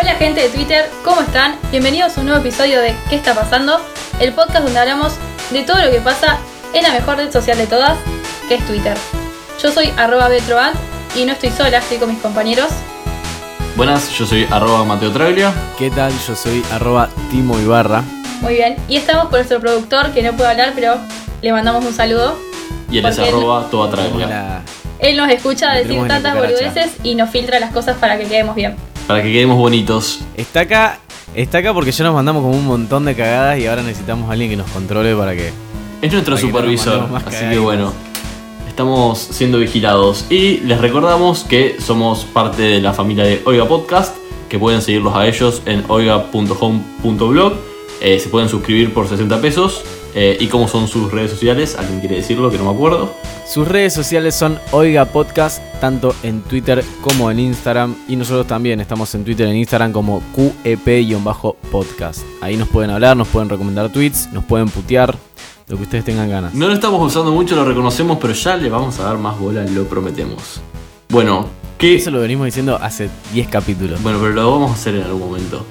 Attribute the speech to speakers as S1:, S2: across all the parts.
S1: Hola gente de Twitter, ¿cómo están? Bienvenidos a un nuevo episodio de ¿Qué está pasando? El podcast donde hablamos de todo lo que pasa en la mejor red social de todas, que es Twitter. Yo soy arroba betroand y no estoy sola, estoy con mis compañeros.
S2: Buenas, yo soy arroba Mateo Traulia.
S3: ¿Qué tal? Yo soy arroba Timo Ibarra.
S1: Muy bien. Y estamos con nuestro productor que no puede hablar, pero le mandamos un saludo.
S2: y él es
S1: Porque él-
S2: arroba Toba Traulia.
S3: Hola.
S1: Él nos escucha
S3: Le
S1: decir
S3: tenemos en la
S1: tantas
S3: cucaracha.
S1: boludeces y nos filtra las cosas para que quedemos bien.
S2: Para que quedemos bonitos.
S3: Está acá, está acá porque ya nos mandamos como un montón de cagadas y ahora necesitamos a alguien que nos controle para que.
S2: Es nuestro
S3: Para que no nos
S2: supervisor,
S3: mandemos más
S2: así
S3: cagadas.
S2: que bueno. Estamos siendo vigilados. Y les recordamos que somos parte de la familia de Oiga Podcast, que pueden seguirlos a ellos en oiga.home.blog. Eh, se pueden suscribir por 60 pesos. Eh, ¿Y cómo son sus redes sociales? ¿Alguien quiere decirlo? Que no me acuerdo.
S3: Sus redes sociales son Oiga Podcast, tanto en Twitter como en Instagram. Y nosotros también estamos en Twitter y en Instagram como E QEP-podcast. Ahí nos pueden hablar, nos pueden recomendar tweets, nos pueden putear, lo que ustedes tengan ganas.
S2: No lo estamos usando mucho, lo reconocemos, pero ya le vamos a dar más bola, lo prometemos. Bueno, ¿qué,
S3: Eso lo venimos diciendo hace 10 capítulos.
S2: Bueno, pero lo vamos a hacer en algún momento.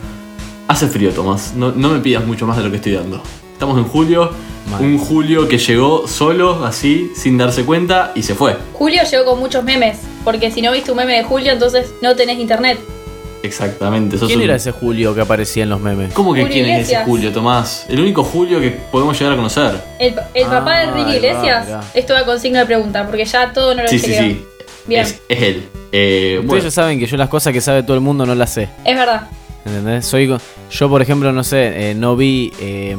S2: Hace frío, Tomás. No, no me pidas mucho más de lo que estoy dando. Estamos en julio.
S3: Mal.
S2: Un julio que llegó solo, así, sin darse cuenta, y se fue.
S1: Julio llegó con muchos memes, porque si no viste un meme de Julio, entonces no tenés internet.
S2: Exactamente. sos
S3: ¿Quién
S2: un-
S3: era ese Julio que aparecía en los memes?
S2: ¿Cómo que
S1: Julio
S2: quién es ese
S1: Iglesias.
S2: Julio, Tomás? El único Julio que podemos llegar a conocer.
S1: El, pa- el
S3: Ah,
S1: papá de Ricky
S3: ahí va,
S1: Iglesias
S3: mirá.
S1: esto va con signo de pregunta, porque ya todo no lo
S2: sí, sí,
S1: chequeo.
S2: sí.
S1: Bien,
S2: Es, es él. Eh,
S3: Ustedes
S2: bueno,
S3: ya saben que yo las cosas que sabe todo el mundo no las sé.
S1: es verdad.
S3: ¿Entendés? Soy, go- yo, por ejemplo, no sé, eh, no vi eh,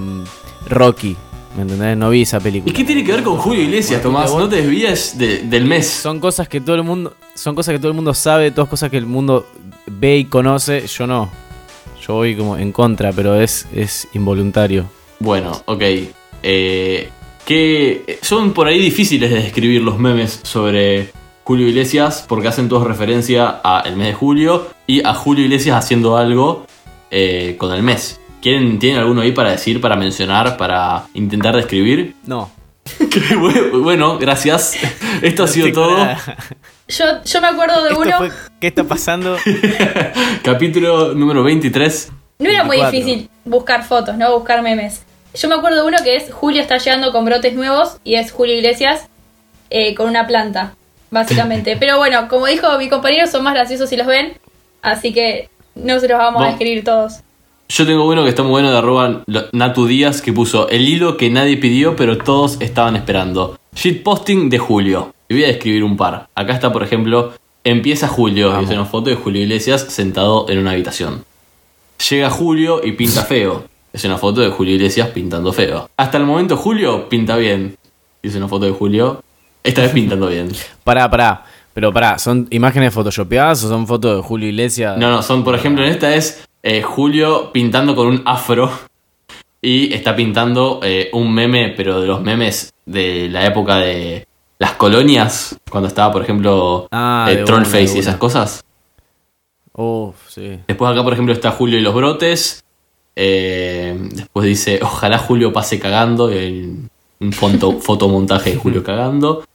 S3: Rocky. ¿Me entendés? No vi esa película.
S2: ¿Y qué tiene que ver con Julio Iglesias,
S3: Bueno,
S2: Tomás?
S3: vos-
S2: No te desvíes de- del mes.
S3: Son cosas que todo el mundo. Son cosas que todo el mundo sabe, todas cosas que el mundo ve y conoce. Yo no. Yo voy como en contra, pero es, es involuntario.
S2: Bueno, ok. Eh, que son por ahí difíciles de describir los memes sobre Julio Iglesias porque hacen todos referencia a el mes de julio y a Julio Iglesias haciendo algo eh, con el mes. ¿Quieren, ¿Tienen alguno ahí para decir, para mencionar, para intentar describir?
S3: No.
S2: Qué bu- bueno, gracias. Esto ha sido
S3: Tengo
S2: todo.
S3: nada.
S1: Yo, yo me acuerdo de
S3: Esto
S1: uno,
S3: fue- ¿Qué está pasando?
S2: Capítulo número 23.
S1: no era muy
S3: 24.
S1: difícil buscar fotos, ¿no? Buscar memes. Yo me acuerdo de uno que es Julio está llegando con brotes nuevos y es Julio Iglesias eh, con una planta, básicamente. Pero bueno, como dijo mi compañero, son más graciosos si los ven, así que no se los vamos a
S2: Vos-
S1: describir todos.
S2: Yo tengo uno que está muy bueno de arroba lo- Natu Díaz que puso el hilo que nadie pidió pero todos estaban esperando. Shitposting de Julio. Y voy a describir un par. Acá está, por ejemplo, empieza Julio. Y es una foto de Julio Iglesias sentado en una habitación. Llega Julio y pinta feo. Es una foto de Julio Iglesias pintando feo. Hasta el momento Julio pinta bien. Y es una foto de Julio. Esta vez pintando bien.
S3: Pará, pará. Pero pará, ¿son imágenes photoshopeadas o son fotos de Julio Iglesias?
S2: No, no, son, por ejemplo, en esta es eh, Julio pintando con un afro y está pintando eh, un meme, pero de los memes de la época de las colonias, cuando estaba, por ejemplo,
S3: Ah,
S2: eh,
S3: de
S2: Trollface
S3: una, de
S2: y esas
S3: una.
S2: cosas.
S3: Uf, sí.
S2: Después acá, por ejemplo, está Julio y los brotes. Eh, después dice, ojalá Julio pase cagando. y hay un foto- fotomontaje de Julio cagando.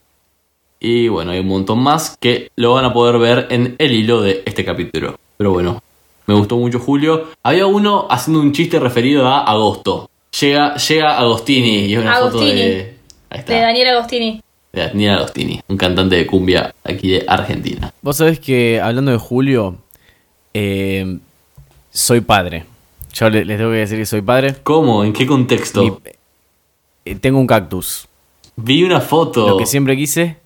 S2: Y bueno, hay un montón más que lo van a poder ver en el hilo de este capítulo. Pero bueno, me gustó mucho Julio. Había uno haciendo un chiste referido a agosto. Llega, llega Agostini y es una foto
S1: Agostini.
S2: de... Ahí está.
S1: De
S3: Ah.
S1: Daniel Agostini.
S2: de Daniel Agostini, un cantante de cumbia aquí de Argentina.
S3: Vos sabés que hablando de Julio, eh, soy padre. Yo le- les tengo que decir que soy padre.
S2: ¿Cómo? ¿En qué contexto?
S3: Mi- eh, tengo un cactus.
S2: Vi una foto.
S3: Lo que siempre quise.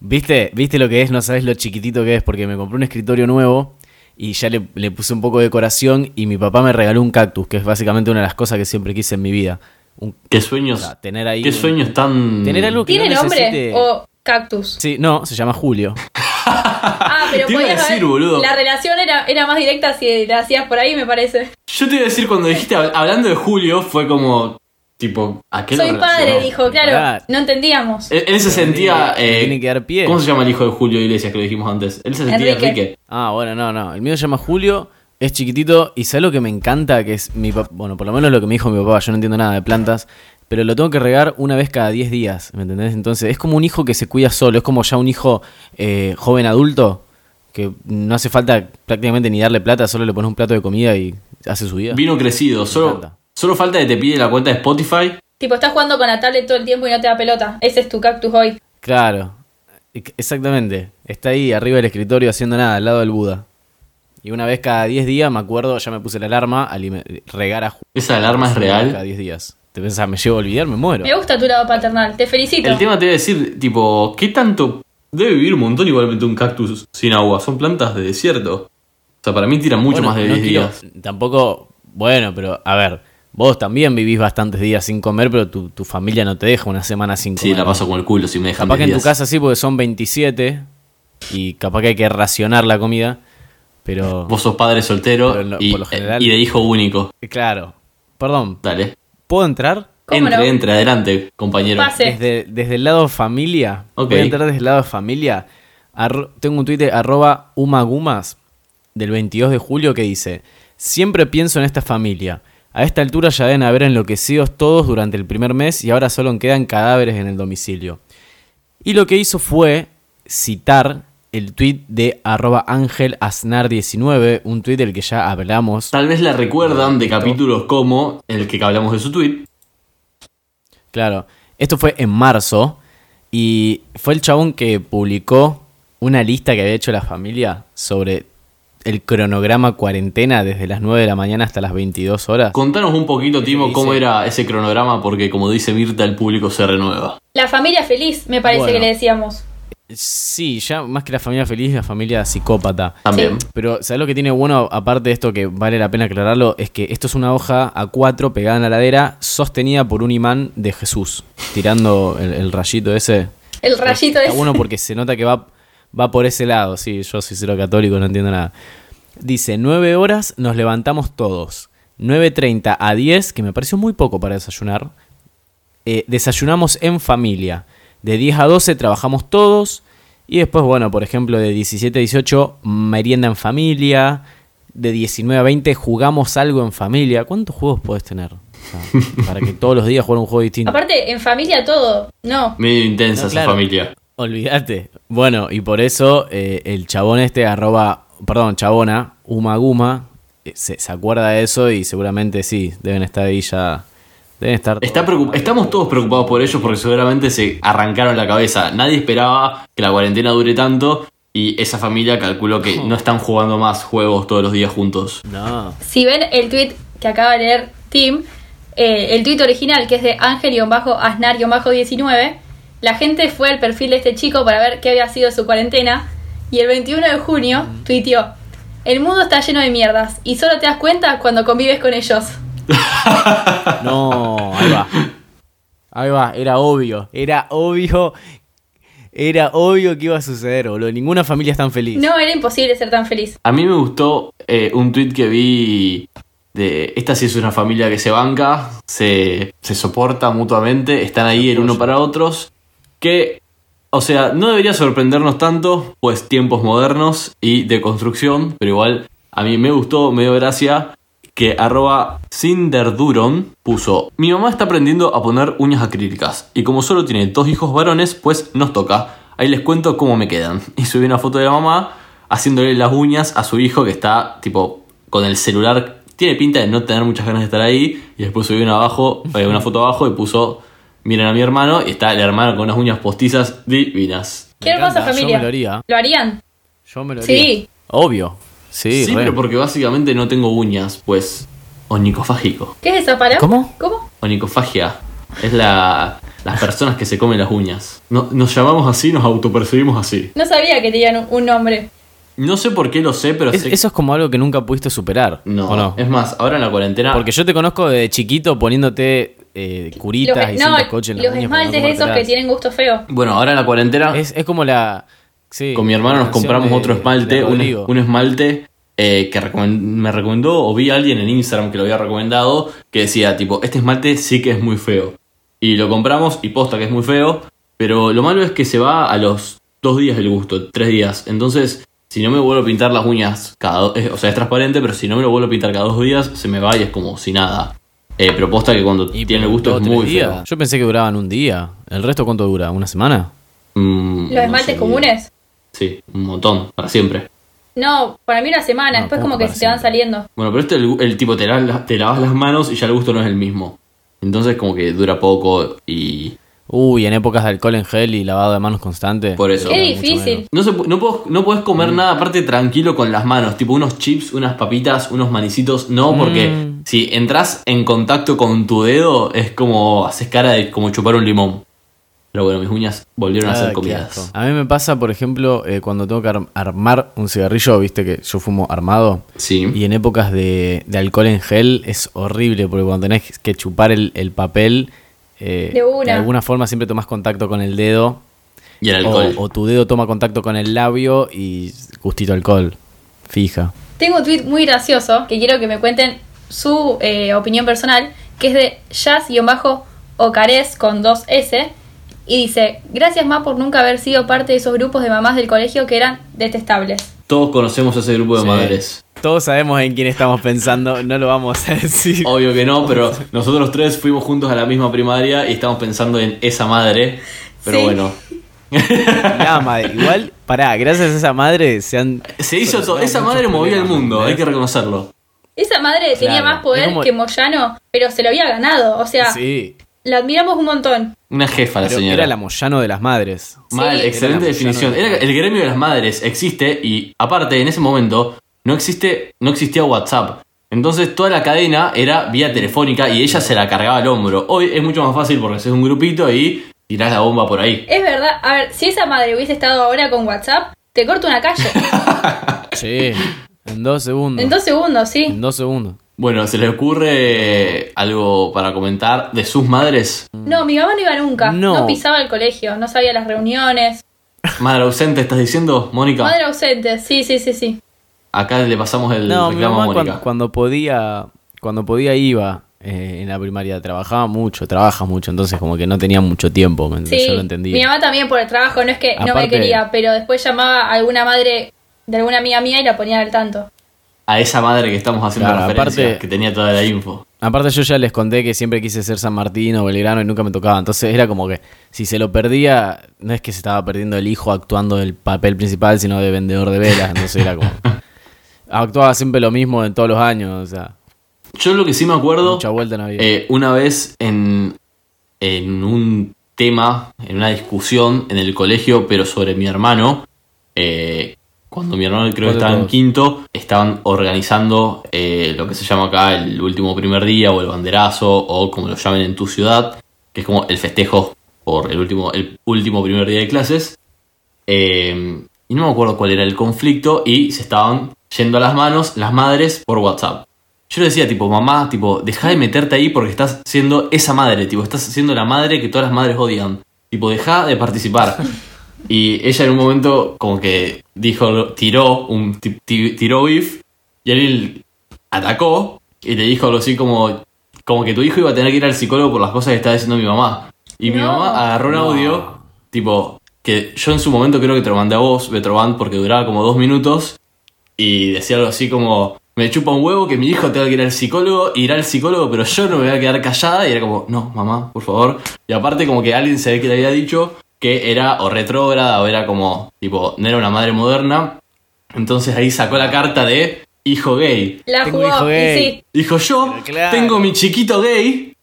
S3: ¿Viste? ¿Viste lo que es? No sabés lo chiquitito que es porque me compré un escritorio nuevo y ya le, le puse un poco de decoración y mi papá me regaló un cactus, que es básicamente una de las cosas que siempre quise en mi vida. Un-
S2: ¿Qué sueños?
S3: o sea, tener ahí
S2: ¿Qué
S3: un-
S2: sueños tan.
S3: Tener algo que
S1: ¿Tiene
S3: no
S1: nombre
S3: necesite-
S1: o cactus?
S3: Sí, no, se llama Julio.
S1: Ah, pero
S2: Te iba a
S1: podías
S2: decir,
S1: haber-
S2: boludo.
S1: La relación era, era más directa si la hacías por ahí, me parece.
S2: Yo te iba a decir, cuando dijiste hab- hablando de Julio, fue como. Tipo, ¿a qué lo
S1: Soy padre,
S2: relacionó?
S1: dijo, claro.
S3: Pará.
S1: No entendíamos.
S2: Él, él se sentía. eh,
S3: tiene que dar pie.
S2: ¿Cómo se llama el hijo de Julio Iglesias que lo dijimos antes? Él se sentía
S1: Enrique.
S2: Enrique.
S3: Ah, bueno, no, no. El mío se llama Julio, es chiquitito y ¿sabes lo que me encanta? Que es mi papá. Bueno, por lo menos lo que me dijo mi papá, yo no entiendo nada de plantas. Pero lo tengo que regar una vez cada 10 días, ¿me entendés? Entonces es como un hijo que se cuida solo, es como ya un hijo eh, joven adulto, que no hace falta prácticamente ni darle plata, solo le pones un plato de comida y hace su vida.
S2: Vino crecido. Solo,
S3: encanta.
S2: solo falta que te pide la cuenta de Spotify.
S1: Tipo, estás jugando con la tablet todo el tiempo y no te da pelota. Ese es tu cactus hoy.
S3: Claro, Ec- exactamente. Está ahí arriba del escritorio haciendo nada, al lado del Buda. Y una vez cada 10 días, me acuerdo, ya me puse la alarma, alime- regar a Julio.
S2: Esa alarma es
S3: Cada
S2: real.
S3: 10 días. ¿Te pensás, "Ah, me llevo a olvidar? Me muero.
S1: Me gusta tu lado paternal, te felicito.
S2: El tema te iba a decir, tipo, ¿qué tanto debe vivir un montón igualmente un cactus sin agua? Son plantas de desierto. O sea, para mí tiran mucho
S3: Bueno,
S2: más de
S3: no
S2: 10
S3: quiero-
S2: días.
S3: Tampoco, bueno, pero a ver, vos también vivís bastantes días sin comer, pero tu, tu familia no te deja una semana sin
S2: Sí,
S3: comer.
S2: la paso con el culo si me dejan
S3: Capaz
S2: 10
S3: que en
S2: días.
S3: tu casa sí, porque son 27 y capaz que hay que racionar la comida, pero...
S2: Vos sos padre soltero
S3: Pero en lo-
S2: y,
S3: por lo general-
S2: y de hijo único.
S3: Claro. Perdón,
S2: Dale.
S3: ¿puedo entrar?
S1: ¿Cómo
S2: Entre,
S1: no?
S2: entre, adelante, compañero.
S1: Pase. Sí.
S3: Desde, desde el lado familia.
S2: Ok.
S3: Voy a entrar desde el lado familia. Arro- tengo un tuit de arroba umagumas del 22 de julio que dice, siempre pienso en esta familia. A esta altura ya deben haber enloquecidos todos durante el primer mes y ahora solo quedan cadáveres en el domicilio. Y lo que hizo fue citar el tuit de arroba ángel aznar 19, un tuit del que ya hablamos.
S2: Tal vez la recuerdan de capítulos como el que hablamos de su tweet.
S3: Claro. Esto fue en marzo y fue el chabón que publicó una lista que había hecho la familia sobre el cronograma cuarentena desde las 9 de la mañana hasta las 22 horas.
S2: Contanos un poquito, Timo,
S3: dice-
S2: cómo era ese cronograma, porque como dice Mirta, el público se renueva.
S1: La familia feliz, me parece
S3: Bueno.
S1: que le decíamos.
S3: Sí, ya más que la familia feliz, la familia psicópata.
S2: También.
S3: Pero, ¿sabes lo que tiene bueno, aparte de esto que vale la pena aclararlo? Es que esto es una hoja a cuatro pegada en la ladera, sostenida por un imán de Jesús, tirando el, el rayito ese.
S1: El rayito
S3: Está
S1: es.
S3: bueno porque se nota que va, va por ese lado. Sí, yo soy cero católico, no entiendo nada. Dice, 9 horas nos levantamos todos. 9.30 a 10, que me pareció muy poco para desayunar. Eh, desayunamos en familia. De 10 a 12 trabajamos todos. Y después, bueno, por ejemplo, de 17 a 18, merienda en familia. De 19 a 20 jugamos algo en familia. ¿Cuántos juegos podés tener? O sea, para que todos los días jugar un juego distinto.
S1: Aparte, en familia todo. No.
S2: Medio intensa
S3: No,
S2: esa
S3: claro.
S2: familia.
S3: Olvídate. Bueno, y por eso eh, el chabón este, arroba, perdón, chabona, Umaguma, eh, se, se acuerda de eso y seguramente sí, deben estar ahí ya. Deben estar.
S2: Está preocup- Estamos todos preocupados por ellos porque seguramente se arrancaron la cabeza. Nadie esperaba que la cuarentena dure tanto y esa familia calculó que no están jugando más juegos todos los días juntos.
S3: No.
S1: Si ven el tweet que acaba de leer Tim, eh, el tweet original que es de Ángel-Aznar-19, la gente fue al perfil de este chico para ver qué había sido su cuarentena y el 21 de junio tuiteó, el mundo está lleno de mierdas y solo te das cuenta cuando convives con ellos.
S3: No, ahí va. Ahí va, era obvio. Era obvio. Era obvio que iba a suceder, boludo. Ninguna familia es tan feliz.
S1: No era imposible ser tan feliz.
S2: A mí me gustó eh, un tweet que vi de esta sí es una familia que se banca, se, se soporta mutuamente, están ahí el uno para otros, que, o sea, no debería sorprendernos tanto, pues tiempos modernos y de construcción, pero igual a mí me gustó, me dio gracia que arroba Cinderduron puso, mi mamá está aprendiendo a poner uñas acrílicas y como solo tiene dos hijos varones, pues nos toca. Ahí les cuento cómo me quedan. Y subí una foto de la mamá haciéndole las uñas a su hijo que está tipo con el celular. Tiene pinta de no tener muchas ganas de estar ahí. Y después subí una, abajo, eh, una foto abajo y puso, miren a mi hermano y está el hermano con unas uñas postizas divinas.
S1: Qué hermosa
S3: encanta, yo
S1: familia.
S3: me lo haría.
S1: harían.
S3: Yo me lo
S1: Sí.
S3: haría. Obvio. Sí,
S2: Sí,
S3: re.
S2: pero porque básicamente no tengo uñas, pues onicofágico.
S1: ¿Qué es esa palabra?
S3: ¿Cómo?
S1: ¿Cómo?
S2: Onicofagia. Es la, las personas que se comen las uñas. No- nos llamamos así, nos autopercibimos así.
S1: No sabía que tenían un- un nombre.
S2: No sé por qué lo sé, pero
S3: Es-
S2: sé...
S3: eso es como algo que nunca pudiste superar.
S2: No,
S3: ¿o no?
S2: es más, ahora en la
S1: Ah.
S2: cuarentena...
S3: Porque yo te conozco de chiquito poniéndote eh, curitas
S1: Los, e-
S3: y
S1: no,
S3: cintas coche en las
S1: los
S3: uñas para no
S1: esmaltes esos
S3: comértelas.
S1: que tienen gusto feo.
S2: Bueno, ahora en la cuarentena...
S3: Es, es como la, Sí,
S2: Con mi hermano nos
S3: canción
S2: compramos
S3: de-
S2: otro
S3: de
S2: esmalte, un,
S3: Rodrigo.
S2: un esmalte eh, que recomen- me recomendó, o vi a alguien en Instagram que lo había recomendado, que decía, tipo, este esmalte sí que es muy feo. Y lo compramos y posta que es muy feo, pero lo malo es que se va a los dos días del gusto, tres días. Entonces, si no me vuelvo a pintar las uñas cada dos, o sea, es transparente, pero si no me lo vuelvo a pintar cada dos días, se me va y es como si nada. Eh, pero posta que cuando
S3: Y
S2: tiene el gusto
S3: dos,
S2: es
S3: tres
S2: muy
S3: días.
S2: feo.
S3: Yo pensé que duraban un día. ¿El resto cuánto dura? ¿Una semana?
S2: Mm,
S1: ¿Los
S2: no
S1: esmaltes
S2: sé.
S1: comunes?
S2: Sí, un montón, para siempre.
S1: No, para mí una semana,
S3: No,
S1: después
S3: ¿cómo
S1: como que
S3: para
S1: se te van
S3: siempre?
S1: saliendo.
S2: Bueno, pero este el, el tipo te, la- te lavas las manos y ya el gusto no es el mismo. Entonces como que dura poco y
S3: Uy, en épocas de alcohol en gel y lavado de manos constante.
S2: por
S1: es
S2: eso.
S3: mucho
S1: difícil.
S2: No, se pu- no, puedo- no puedes
S3: Mm.
S2: comer nada aparte tranquilo con las manos, tipo unos chips, unas papitas, unos manicitos, no, porque
S3: Mm.
S2: si entras en contacto con tu dedo es como haces cara de como chupar un limón. Pero bueno, mis uñas volvieron a
S3: Ah,
S2: ser
S3: qué
S2: comidas.
S3: asco. A mí me pasa, por ejemplo, eh, cuando tengo que ar- armar un cigarrillo, viste que yo fumo armado.
S2: Sí.
S3: Y en épocas de, de alcohol en gel es horrible, porque cuando tenés que chupar el, el papel, eh,
S1: De una.
S3: alguna forma siempre tomás contacto con el dedo.
S2: Y el alcohol.
S3: O, o tu dedo toma contacto con el labio y gustito alcohol. Fija.
S1: Tengo un tweet muy gracioso que quiero que me cuenten su eh, opinión personal, que es de jazz-ocares con dos S. Y dice, gracias Ma por nunca haber sido parte de esos grupos de mamás del colegio que eran detestables.
S2: Todos conocemos a ese grupo de
S3: Sí.
S2: madres.
S3: Todos sabemos en quién estamos pensando, no lo vamos a decir.
S2: Obvio que no, pero nosotros tres fuimos juntos a la misma primaria y estamos pensando en esa madre. Pero
S1: Sí.
S2: bueno.
S3: Nada, madre. Igual, pará, gracias a esa madre se han.
S2: Se hizo todo.
S3: solucionado
S2: Esa
S3: muchos
S2: madre movía el
S3: problemas,
S2: mundo, hay
S3: ¿entendés?
S2: que reconocerlo.
S1: Esa madre tenía
S3: Claro,
S1: más poder
S3: es como-
S1: que Moyano, pero se lo había ganado. O sea,
S3: Sí,
S1: la admiramos un montón.
S2: Una jefa la
S3: pero
S2: señora.
S3: era la Moyano de las madres.
S2: Mal,
S1: Sí.
S2: excelente
S3: Era la
S2: definición.
S3: Moyano
S2: Era
S3: de-
S2: el gremio de las madres existe y aparte en ese momento no existe no existía WhatsApp. Entonces toda la cadena era vía telefónica y ella se la cargaba al hombro. Hoy es mucho más fácil porque haces un grupito y tirás la bomba por ahí.
S1: Es verdad, a ver, si esa madre hubiese estado ahora con WhatsApp, te corto una calle.
S3: Sí, en dos segundos.
S1: en dos segundos,
S3: En
S1: sí.
S3: dos segundos.
S2: Bueno, ¿se les ocurre algo para comentar de sus madres?
S1: No, mi mamá no iba nunca.
S3: No.
S1: no pisaba el colegio, no sabía las reuniones.
S2: Madre ausente, ¿estás diciendo, Mónica?
S1: Madre ausente, sí, sí, sí, sí.
S2: Acá le pasamos el
S3: No, mi
S2: reclamo a
S3: mamá
S2: Mónica.
S3: cuando, cuando podía, cuando podía iba eh, en la primaria, trabajaba mucho, trabaja mucho, entonces como que no tenía mucho tiempo, ¿me entendés?
S1: Sí,
S3: yo lo entendía.
S1: mi mamá también por el trabajo, no es que no me
S3: Aparte-
S1: quería, pero después llamaba a alguna madre de alguna amiga mía y la ponía al tanto.
S2: A esa madre que estamos haciendo
S3: Claro,
S2: referencia,
S3: aparte-
S2: que tenía toda la info.
S3: Aparte yo ya les conté que siempre quise ser San Martín o Belgrano y nunca me tocaba, entonces era como que si se lo perdía, no es que se estaba perdiendo el hijo actuando el papel principal, sino de vendedor de velas, entonces era como... Actuaba siempre lo mismo en todos los años, o sea,
S2: Yo lo que sí me acuerdo,
S3: mucha vuelta no había.
S2: eh, una vez en, en un tema, en una discusión en el colegio, pero sobre mi hermano, eh, cuando mi hermano creo que
S3: ¿Cuál de
S2: estaba en
S3: todos?
S2: quinto, estaban organizando eh, lo que se llama acá el último primer día o el banderazo o como lo llamen en tu ciudad, que es como el festejo por el último, el último primer día de clases. Eh, y no me acuerdo cuál era el conflicto y se estaban yendo a las manos las madres por WhatsApp. Yo le decía, tipo, mamá, tipo, deja de meterte ahí porque estás siendo esa madre, tipo, estás siendo la madre que todas las madres odian. Tipo, deja de participar. Y ella en un momento como que dijo, tiró un ti- ti- tiró beef y él atacó y le dijo algo así como como que tu hijo iba a tener que ir al psicólogo por las cosas que está diciendo mi mamá. Y mi
S1: No.
S2: mamá agarró un audio tipo que yo en su momento creo que te lo mandé a vos, Betroban, porque duraba como dos minutos y decía algo así como me chupa un huevo que mi hijo tenga que ir al psicólogo, irá al psicólogo, pero yo no me voy a quedar callada. Y era como, no, mamá, por favor. Y aparte como que alguien se ve que le había dicho que era o retrógrada o era como, tipo, no era una madre moderna. Entonces ahí sacó la carta de hijo gay.
S1: La
S3: Tengo un hijo
S1: jugó, y
S3: gay.
S1: sí.
S2: Dijo yo,
S3: Pero claro.
S2: tengo mi chiquito gay.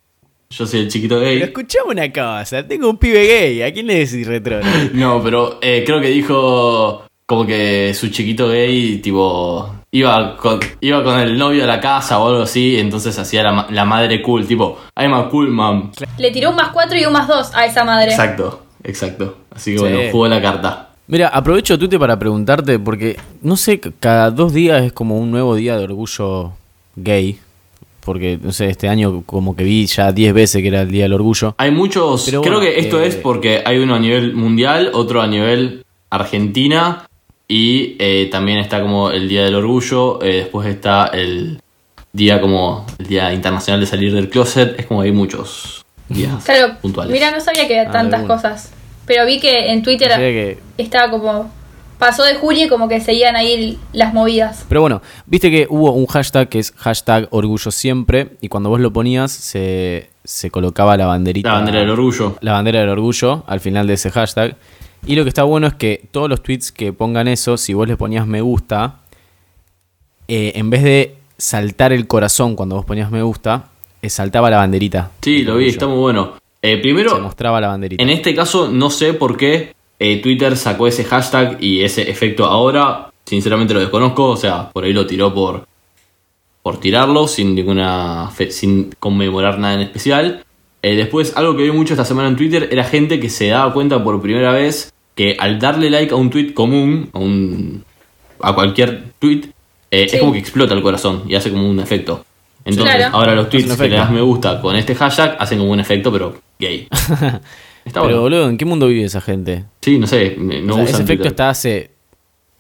S2: Yo soy el chiquito
S3: Pero
S2: gay.
S3: escuchame una cosa, tengo un pibe gay, ¿a quién le decís retro?
S2: No, pero eh, creo que dijo como que su chiquito gay, tipo, iba con, iba con el novio a la casa o algo así, entonces hacía la, ma- la madre cool, tipo, I'm a cool mom.
S1: Le tiró un más cuatro y un más dos a esa madre.
S2: Exacto, exacto. Así que
S3: Sí.
S2: bueno, jugó la carta.
S3: Mira, aprovecho Twitter para preguntarte, porque no sé, c- cada dos días es como un nuevo día de orgullo gay. Porque, no sé, este año como que vi ya 10 veces que era el Día del Orgullo.
S2: Hay muchos,
S3: Pero
S2: creo
S3: bueno,
S2: que esto
S3: eh,
S2: es porque hay uno a nivel mundial, otro a nivel Argentina y eh, también está como el Día del Orgullo, eh, después está el día como el Día Internacional de Salir del Closet, es como hay muchos días
S1: Claro,
S2: puntuales.
S1: mira, no sabía que había
S3: Ah,
S1: tantas
S3: de una.
S1: cosas. Pero vi que en Twitter
S3: Así que-
S1: estaba como. Pasó de julio y como que seguían ahí las movidas.
S3: Pero bueno, viste que hubo un hashtag que es hashtag orgullo siempre y cuando vos lo ponías se, se colocaba la banderita.
S2: La bandera del orgullo.
S3: la bandera del orgullo al final de ese hashtag. Y lo que está bueno es que todos los tweets que pongan eso, si vos les ponías me gusta, eh, en vez de saltar el corazón cuando vos ponías me gusta, eh, saltaba la banderita.
S2: Sí,
S3: del
S2: lo vi,
S3: orgullo.
S2: está muy bueno. Eh,
S3: Se
S2: primero,
S3: mostraba la banderita.
S2: en este caso no sé por qué eh, Twitter sacó ese hashtag y ese efecto ahora. Sinceramente lo desconozco, o sea, por ahí lo tiró por, por tirarlo, sin ninguna fe- sin conmemorar nada en especial. Eh, después, algo que vi mucho esta semana en Twitter era gente que se daba cuenta por primera vez que al darle like a un tweet común, a, un, a cualquier tweet, eh,
S1: Sí.
S2: es como que explota el corazón y hace como un efecto. Entonces,
S1: Claro.
S2: ahora los tweets
S3: Hace un
S2: que le das
S3: efecto.
S2: me gusta con este hashtag hacen como un efecto, pero gay. Está
S3: Pero
S2: bueno.
S3: boludo, ¿en qué mundo vive esa gente?
S2: Sí, no sé, me- no
S3: O sea, ese
S2: usan
S3: efecto
S2: Twitter.
S3: está hace...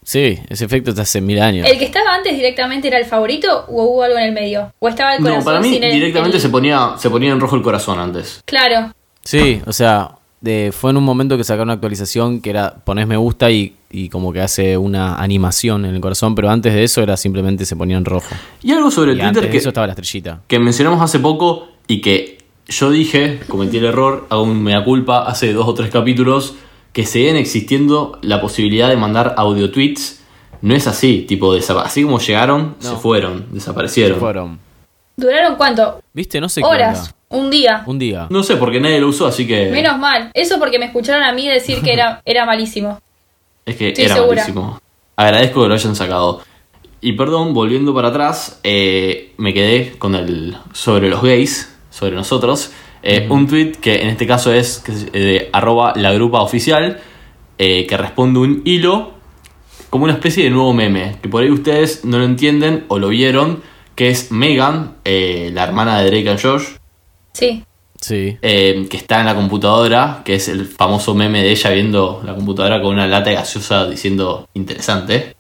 S3: Sí, ese efecto está hace mil años.
S1: ¿El que estaba antes directamente era el favorito o hubo algo en el medio? ¿O estaba el corazón
S2: No, para mí
S1: sin el-
S2: directamente
S1: el-
S2: se ponía se ponía en rojo el corazón antes.
S1: Claro,
S3: Sí, o sea, de- fue en un momento que sacaron una actualización que era ponés me gusta y, y como que hace una animación en el corazón, pero antes de eso era simplemente se ponía en rojo.
S2: Y algo sobre
S3: Y antes
S2: Twitter
S3: de
S2: que,
S3: eso estaba la estrellita.
S2: que mencionamos hace poco y que yo dije, cometí el error, hago un mea culpa hace dos o tres capítulos, que siguen existiendo la posibilidad de mandar audio tweets. No es así, tipo, desapa- así como llegaron, se fueron, desaparecieron.
S3: Fueron.
S1: ¿duraron cuánto?
S3: ¿Viste? No sé qué
S1: Horas,
S3: onda.
S1: un día.
S3: Un día.
S2: No sé, porque nadie lo usó, así que...
S1: Menos mal. Eso porque me escucharon a mí decir que era, era malísimo.
S2: Es que
S1: Estoy
S2: era
S1: segura.
S2: malísimo. Agradezco que lo hayan sacado. Y perdón, volviendo para atrás, eh, me quedé con el sobre los gays, sobre nosotros. eh, Un tweet que en este caso es que es, eh, de arroba la grupa oficial, eh, que responde un hilo como una especie de nuevo meme, que por ahí ustedes no lo entienden o lo vieron, que es Megan, eh, la hermana de Drake and Josh,
S1: Sí.
S3: Sí.
S2: eh, que está en la computadora, que es el famoso meme de ella viendo la computadora con una lata de gaseosa diciendo interesante,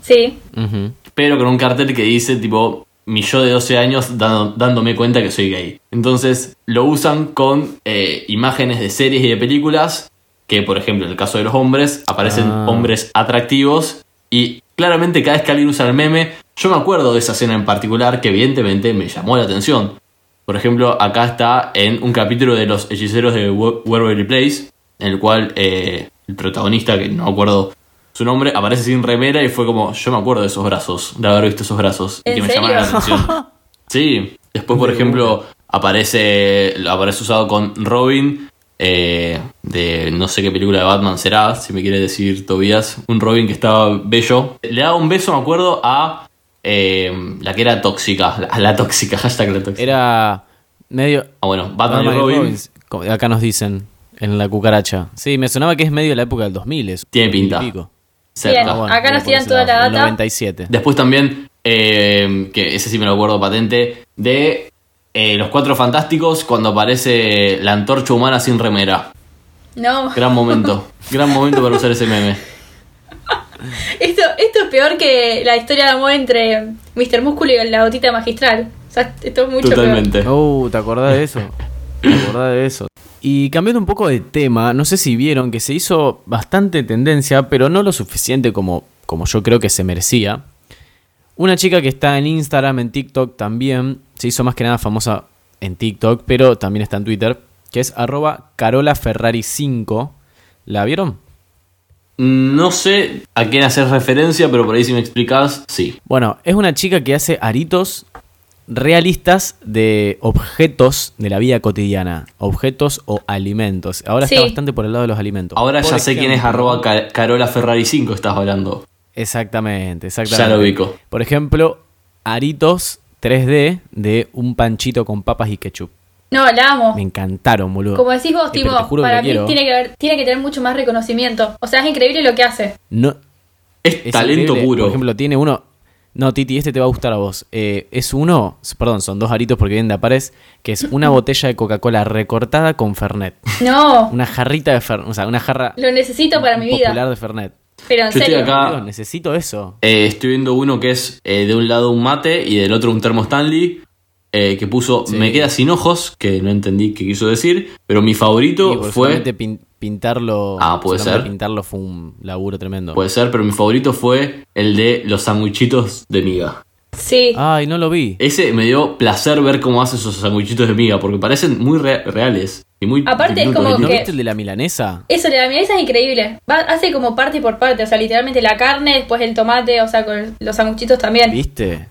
S1: Sí.
S3: Ujú.
S2: pero con un cartel que dice tipo mi yo de 12 años dando- dándome cuenta que soy gay. Entonces lo usan con eh, imágenes de series y de películas, que por ejemplo en el caso de los hombres aparecen
S3: Ah.
S2: hombres atractivos y claramente cada vez que alguien usa el meme, yo me acuerdo de esa escena en particular que evidentemente me llamó la atención. Por ejemplo, acá está en un capítulo de Los Hechiceros de Wer- Waverly Place, en el cual eh, el protagonista, que no me acuerdo su nombre, aparece sin remera y fue como, yo me acuerdo de esos brazos, de haber visto esos brazos, y
S1: ¿En
S2: que me
S1: serio?
S2: llamaron la atención. Sí, después, por ejemplo, aparece, aparece usado con Robin, eh, de no sé qué película de Batman será, si me quiere decir Tobías, un Robin que estaba bello. Le da un beso, me acuerdo, a... eh, la que era tóxica, a la tóxica, hashtag la tóxica.
S3: Era medio...
S2: Ah, bueno, Batman,
S3: Batman
S2: y
S3: y
S2: Robin
S3: Robins, como acá nos dicen en la cucaracha. Sí, me sonaba que es medio de la época del 2000. Eso.
S2: Tiene pinta.
S3: Y pico.
S2: cerca.
S1: Bien.
S3: Ah,
S1: Acá
S3: mira
S1: nos
S3: por
S1: tiran
S3: ese
S1: toda
S3: lado,
S1: la
S3: el
S1: data.
S3: 97.
S2: Después también, eh, que ese sí me lo acuerdo patente, de eh, Los Cuatro Fantásticos cuando aparece la antorcha humana sin remera.
S1: No.
S2: Gran momento, gran momento para usar ese meme.
S1: Esto, esto es peor que la historia de amor entre Mr. Músculo y la gotita magistral. O sea, esto es mucho peor.
S2: Totalmente.
S3: Oh, ¿te acordás de eso? ¿Te acordás de eso? Y cambiando un poco de tema, no sé si vieron que se hizo bastante tendencia, pero no lo suficiente como, como yo creo que se merecía. Una chica que está en Instagram, en TikTok también, se hizo más que nada famosa en TikTok, pero también está en Twitter, que es arroba carolaferrari5. ¿La vieron?
S2: No sé a quién hacer referencia, pero por ahí si me explicas, sí.
S3: Bueno, es una chica que hace aritos realistas de objetos de la vida cotidiana, objetos o alimentos. Ahora
S1: Sí.
S3: está bastante por el lado de los alimentos.
S2: Ahora
S3: Por
S2: ya sé quién es
S3: ejemplo-
S2: arroba Ca- Carola Ferrari 5 estás hablando.
S3: Exactamente, exactamente.
S2: Ya lo ubico.
S3: Por ejemplo, aritos 3D de un panchito con papas y ketchup.
S1: No, la amo.
S3: Me encantaron, boludo.
S1: Como decís vos,
S3: Eh,
S1: tipo,
S3: pero te juro que
S1: para
S3: lo
S1: mí
S3: quiero.
S1: tiene que, haber- tiene que tener mucho más reconocimiento. O sea, es increíble lo que hace.
S3: No,
S2: Es,
S3: es
S2: talento
S3: increíble.
S2: puro.
S3: Por ejemplo, tiene uno No, Titi, este te va a gustar a vos. Eh, es uno, perdón, son dos aritos porque vienen de Apares, que es una botella de Coca-Cola recortada con Fernet.
S1: No,
S3: Una jarrita de Fernet, o sea, una jarra
S1: lo necesito para mi
S3: popular
S1: vida.
S3: de Fernet.
S1: Pero en
S2: Yo estoy
S1: serio.
S2: acá. Ah.
S3: Dios, necesito eso.
S2: Eh, estoy viendo uno que es eh, de un lado un mate y del otro un termo Stanley. eh, que puso
S3: Sí.
S2: Me queda sin ojos, que no entendí qué quiso decir, pero mi
S3: Y,
S2: favorito
S3: porque
S2: fue.
S3: solamente pin- pintarlo.
S2: Ah, puede
S3: solamente
S2: ser.
S3: Pintarlo fue un laburo tremendo.
S2: Puede ser, pero mi favorito fue el de los sandwichitos de miga.
S1: Sí.
S3: Ay, no lo vi.
S2: Ese me dio placer ver cómo hace esos sandwichitos de miga, porque parecen muy re- reales y muy.
S1: Aparte es
S2: diminutos,
S1: como
S3: ¿No
S2: ¿no?
S1: que-
S3: viste el de la milanesa?
S1: Eso, la milanesa es increíble. Va- hace como parte por parte, o sea, literalmente la carne, después el tomate, o sea, con los sanguchitos también.
S3: ¿Viste?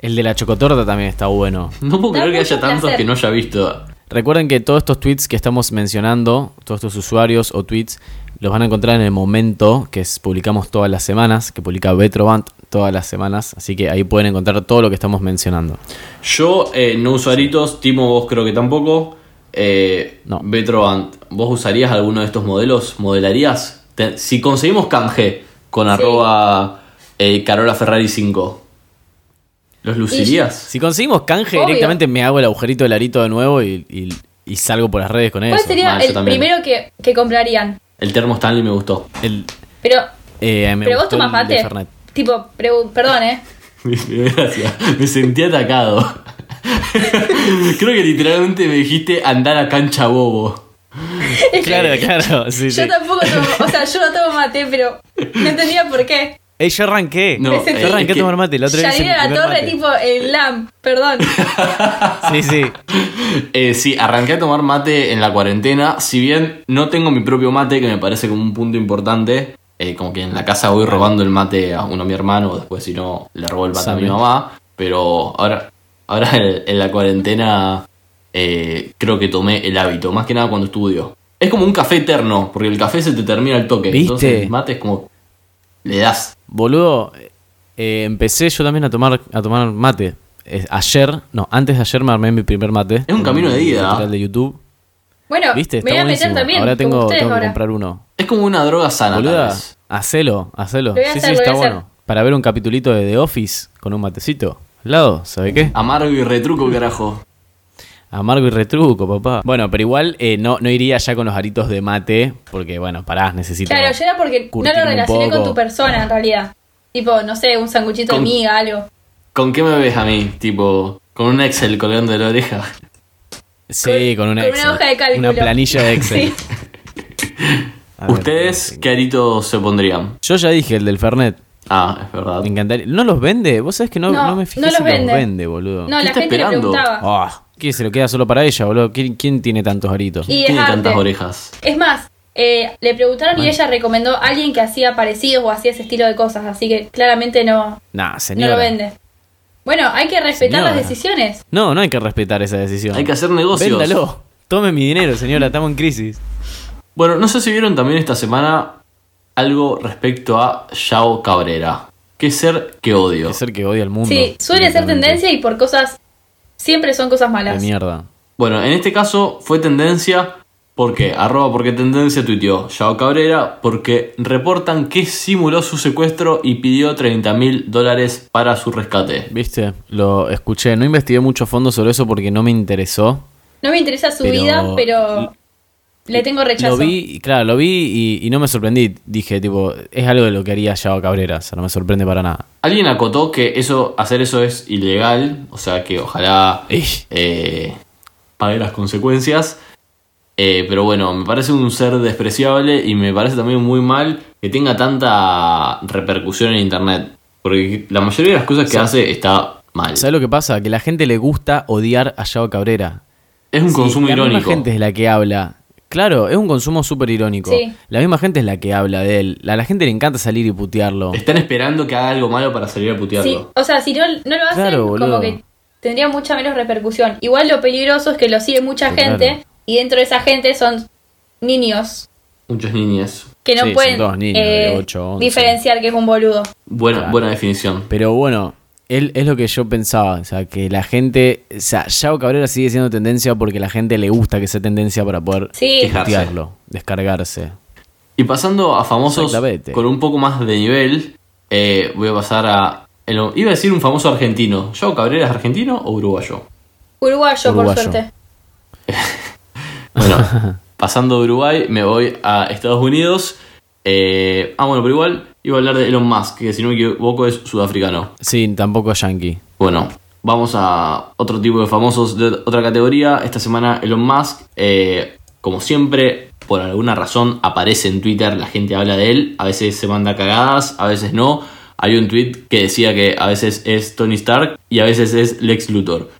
S3: El de la chocotorta también está bueno.
S2: No puedo
S1: Da
S2: creer que
S1: mucho
S2: haya tantos
S1: placer.
S2: que no haya visto.
S3: Recuerden que todos estos tweets que estamos mencionando, todos estos usuarios o tweets, los van a encontrar en el momento que es- publicamos todas las semanas, que publica Betrovant todas las semanas. Así que ahí pueden encontrar todo lo que estamos mencionando.
S2: Yo eh, no uso aritos, Timo vos creo que tampoco. Eh,
S3: No.
S2: Betroant, ¿vos usarías alguno de estos modelos? ¿Modelarías? Te- si conseguimos canje con arroba eh, Carola Ferrari 5, ¿los lucirías?
S3: Si conseguimos canje,
S1: Obvio.
S3: directamente me hago el agujerito del arito de nuevo y, y- y salgo por las redes con eso.
S1: ¿Cuál sería
S2: mal, yo
S1: el
S2: también.
S1: primero que, que comprarían?
S2: El termo Stanley me gustó.
S3: El-
S1: Pero,
S3: eh, me
S1: pero vos
S3: gustó
S1: tomás
S3: el de
S1: mate.
S3: Fernet.
S1: Tipo, pregu- perdón, ¿eh?
S2: Gracias, me sentí atacado. creo que literalmente me dijiste andar a cancha bobo.
S3: Claro, claro. sí, sí.
S1: Yo tampoco tomo, o sea, yo no tomo mate, pero no entendía por qué.
S3: Ey, yo arranqué.
S2: No,
S3: yo
S2: eh,
S3: arranqué
S2: es que-
S3: a tomar mate. La otra vez hice
S1: Salir
S3: mi
S1: a la
S3: primer
S1: torre,
S3: mate.
S1: tipo, el lamp, perdón.
S3: Sí, sí.
S2: Eh, sí, arranqué a tomar mate en la cuarentena. Si bien no tengo mi propio mate, que me parece como un punto importante. eh, como que en la casa voy robando el mate a uno a mi hermano, o después si no, le robo el mate a
S3: Sabe.
S2: mi mamá. Pero ahora, ahora en, en la cuarentena eh, creo que tomé el hábito, más que nada cuando estudio. Es como un café eterno, porque el café se te termina al toque.
S3: ¿Viste?
S2: Entonces el mate es como... Le das.
S3: Boludo, eh, empecé yo también a tomar, a tomar mate. Eh, ayer, no, antes de ayer me armé mi primer mate.
S2: Es un camino de
S3: En
S2: ida.
S3: un tutorial de YouTube.
S1: Bueno,
S3: ¿Viste?
S1: me voy
S3: Está
S1: a meter
S3: buenísimo.
S1: también,
S3: ahora
S1: como
S3: tengo,
S1: ustedes
S3: tengo que
S1: ahora.
S3: comprar uno.
S2: Es como una droga sana. Ah, tal
S3: Boluda,
S2: vez.
S3: hacelo, hacelo.
S1: Lo voy a
S3: sí,
S1: hacer,
S3: sí,
S1: lo
S3: está
S1: voy a hacer.
S3: bueno. Para ver un capitulito de The Office con un matecito. Al lado, ¿sabe qué?
S2: Amargo y retruco, carajo.
S3: Amargo y retruco, papá. Bueno, pero igual eh, no, no iría ya con los aritos de mate, porque bueno, pará, necesito.
S1: Claro, yo era porque no
S3: curtirme
S1: lo
S3: un
S1: relacioné con
S3: poco.
S1: tu persona, en realidad. Tipo, no sé, un sanguchito de
S2: Con-
S1: miga, algo.
S2: ¿Con qué me ves a mí? Tipo, con un Excel colgando de la oreja.
S3: Sí, con, una
S1: con una
S3: Excel.
S1: hoja de cálculo.
S3: Una planilla de Excel.
S1: Sí.
S3: A ver,
S2: ¿Ustedes qué aritos se pondrían?
S3: Yo ya dije el del Fernet.
S2: Ah, es verdad.
S3: Me encantaría. ¿No los vende? ¿Vos sabés que no,
S1: No,
S3: no me fijé
S1: no los
S3: si
S1: vende.
S3: los vende, boludo?
S1: No, la
S2: está
S1: gente le
S2: esperando?
S1: preguntaba.
S3: Ah, ¿Qué se lo queda solo para ella, boludo? ¿Quién, quién tiene tantos aritos?
S1: Y es
S2: Tiene
S1: arte.
S2: tantas orejas.
S1: Es más, eh, le preguntaron y
S3: Bueno.
S1: ella recomendó a alguien que hacía parecidos o hacía ese estilo de cosas, así que claramente no,
S3: Nah,
S1: no
S3: señora.
S1: lo vende. Bueno, hay que respetar
S3: Señora.
S1: las decisiones.
S3: No, no hay que respetar esa decisión.
S2: Hay que hacer negocios.
S3: Véndalo. Tome mi dinero, señora. Estamos en crisis.
S2: Bueno, no sé si vieron también esta semana algo respecto a Yao Cabrera. ¿Qué ser que odio?
S3: Es ser que odia al mundo.
S1: Sí, suele ser
S3: directamente.
S1: tendencia y por cosas, siempre son cosas
S3: De
S1: malas.
S3: mierda.
S2: Bueno, en este caso fue tendencia porque arroba porque tendencia tuiteó Yao Cabrera porque reportan que simuló su secuestro y pidió 30 mil dólares para su rescate.
S3: Viste, lo escuché. No investigué mucho a fondo sobre eso porque no me interesó.
S1: No me interesa su
S3: Pero-
S1: vida, pero le tengo rechazo.
S3: Lo vi, y claro, lo vi y, y no me sorprendí. Dije, tipo, es algo de lo que haría Yao Cabrera. O sea, no me sorprende para nada.
S2: Alguien acotó que eso, hacer eso es ilegal, o sea que ojalá
S3: Ey.
S2: eh, pague las consecuencias. Eh, pero bueno, me parece un ser despreciable y me parece también muy mal que tenga tanta repercusión en internet. Porque la mayoría de las cosas que hace está mal.
S3: ¿Sabes lo que pasa? Que la gente le gusta odiar a Yao Cabrera.
S2: Es un
S3: Sí,
S2: consumo
S3: la
S2: irónico.
S3: misma gente es la que habla. Claro, es un consumo súper irónico.
S1: Sí.
S3: La misma gente es la que habla de él. A la gente le encanta salir y putearlo.
S2: Están esperando que haga algo malo para salir a putearlo.
S1: Sí, o sea, si no, no lo hacen,
S3: Claro, boludo.
S1: como que tendría mucha menos repercusión. Igual lo peligroso es que lo sigue mucha
S3: Claro.
S1: gente y dentro de esa gente son niños
S2: Muchos niños.
S1: que no
S3: Sí, son
S1: pueden eh,
S3: todos niños, de ocho, once.
S1: diferenciar que es un boludo.
S2: Buena,
S3: Claro.
S2: buena definición.
S3: Pero bueno, él es lo que yo pensaba. O sea, que la gente. O sea, Yao Cabrera sigue siendo tendencia porque la gente le gusta que sea tendencia para poder
S1: Sí,
S2: Queja. Descargarse.
S3: putearlo, descargarse.
S2: Y pasando a famosos
S3: Exactamente.
S2: con un poco más de nivel, eh, voy a pasar a el- iba a decir un famoso argentino. ¿Joao Cabrera es argentino o uruguayo?
S1: Uruguayo,
S3: Uruguayo.
S1: por suerte.
S2: Bueno, pasando de Uruguay, me voy a Estados Unidos. Eh, ah, bueno, pero igual iba a hablar de Elon Musk, que si no me equivoco es sudafricano.
S3: Sí, tampoco es yankee.
S2: Bueno, vamos a otro tipo de famosos de otra categoría. Esta semana Elon Musk, eh, como siempre, por alguna razón aparece en Twitter, la gente habla de él, a veces se manda cagadas, a veces no. Hay un tweet que decía que a veces es Tony Stark y a veces es Lex Luthor.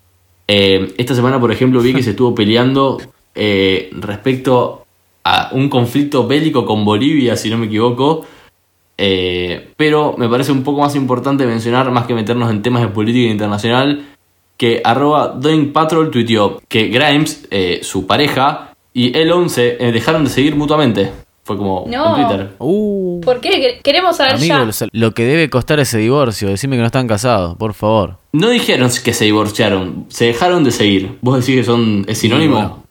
S2: Eh, esta semana, por ejemplo, vi que se estuvo peleando eh, respecto a un conflicto bélico con Bolivia, si no me equivoco. Eh, pero me parece un poco más importante mencionar, más que meternos en temas de política internacional, que arroba Doing Patrol tuiteó que Grimes, eh, su pareja, y Elon se eh, dejaron de seguir mutuamente. Fue como
S1: No.
S2: en Twitter.
S3: Uh,
S1: ¿Por qué? Quere- Queremos saber
S3: amigo,
S1: ya.
S3: lo, lo que debe costar ese divorcio. Decime que no están casados, por favor.
S2: No dijeron que se divorciaron, se dejaron de seguir. ¿Vos decís que son es sinónimo?
S3: bueno.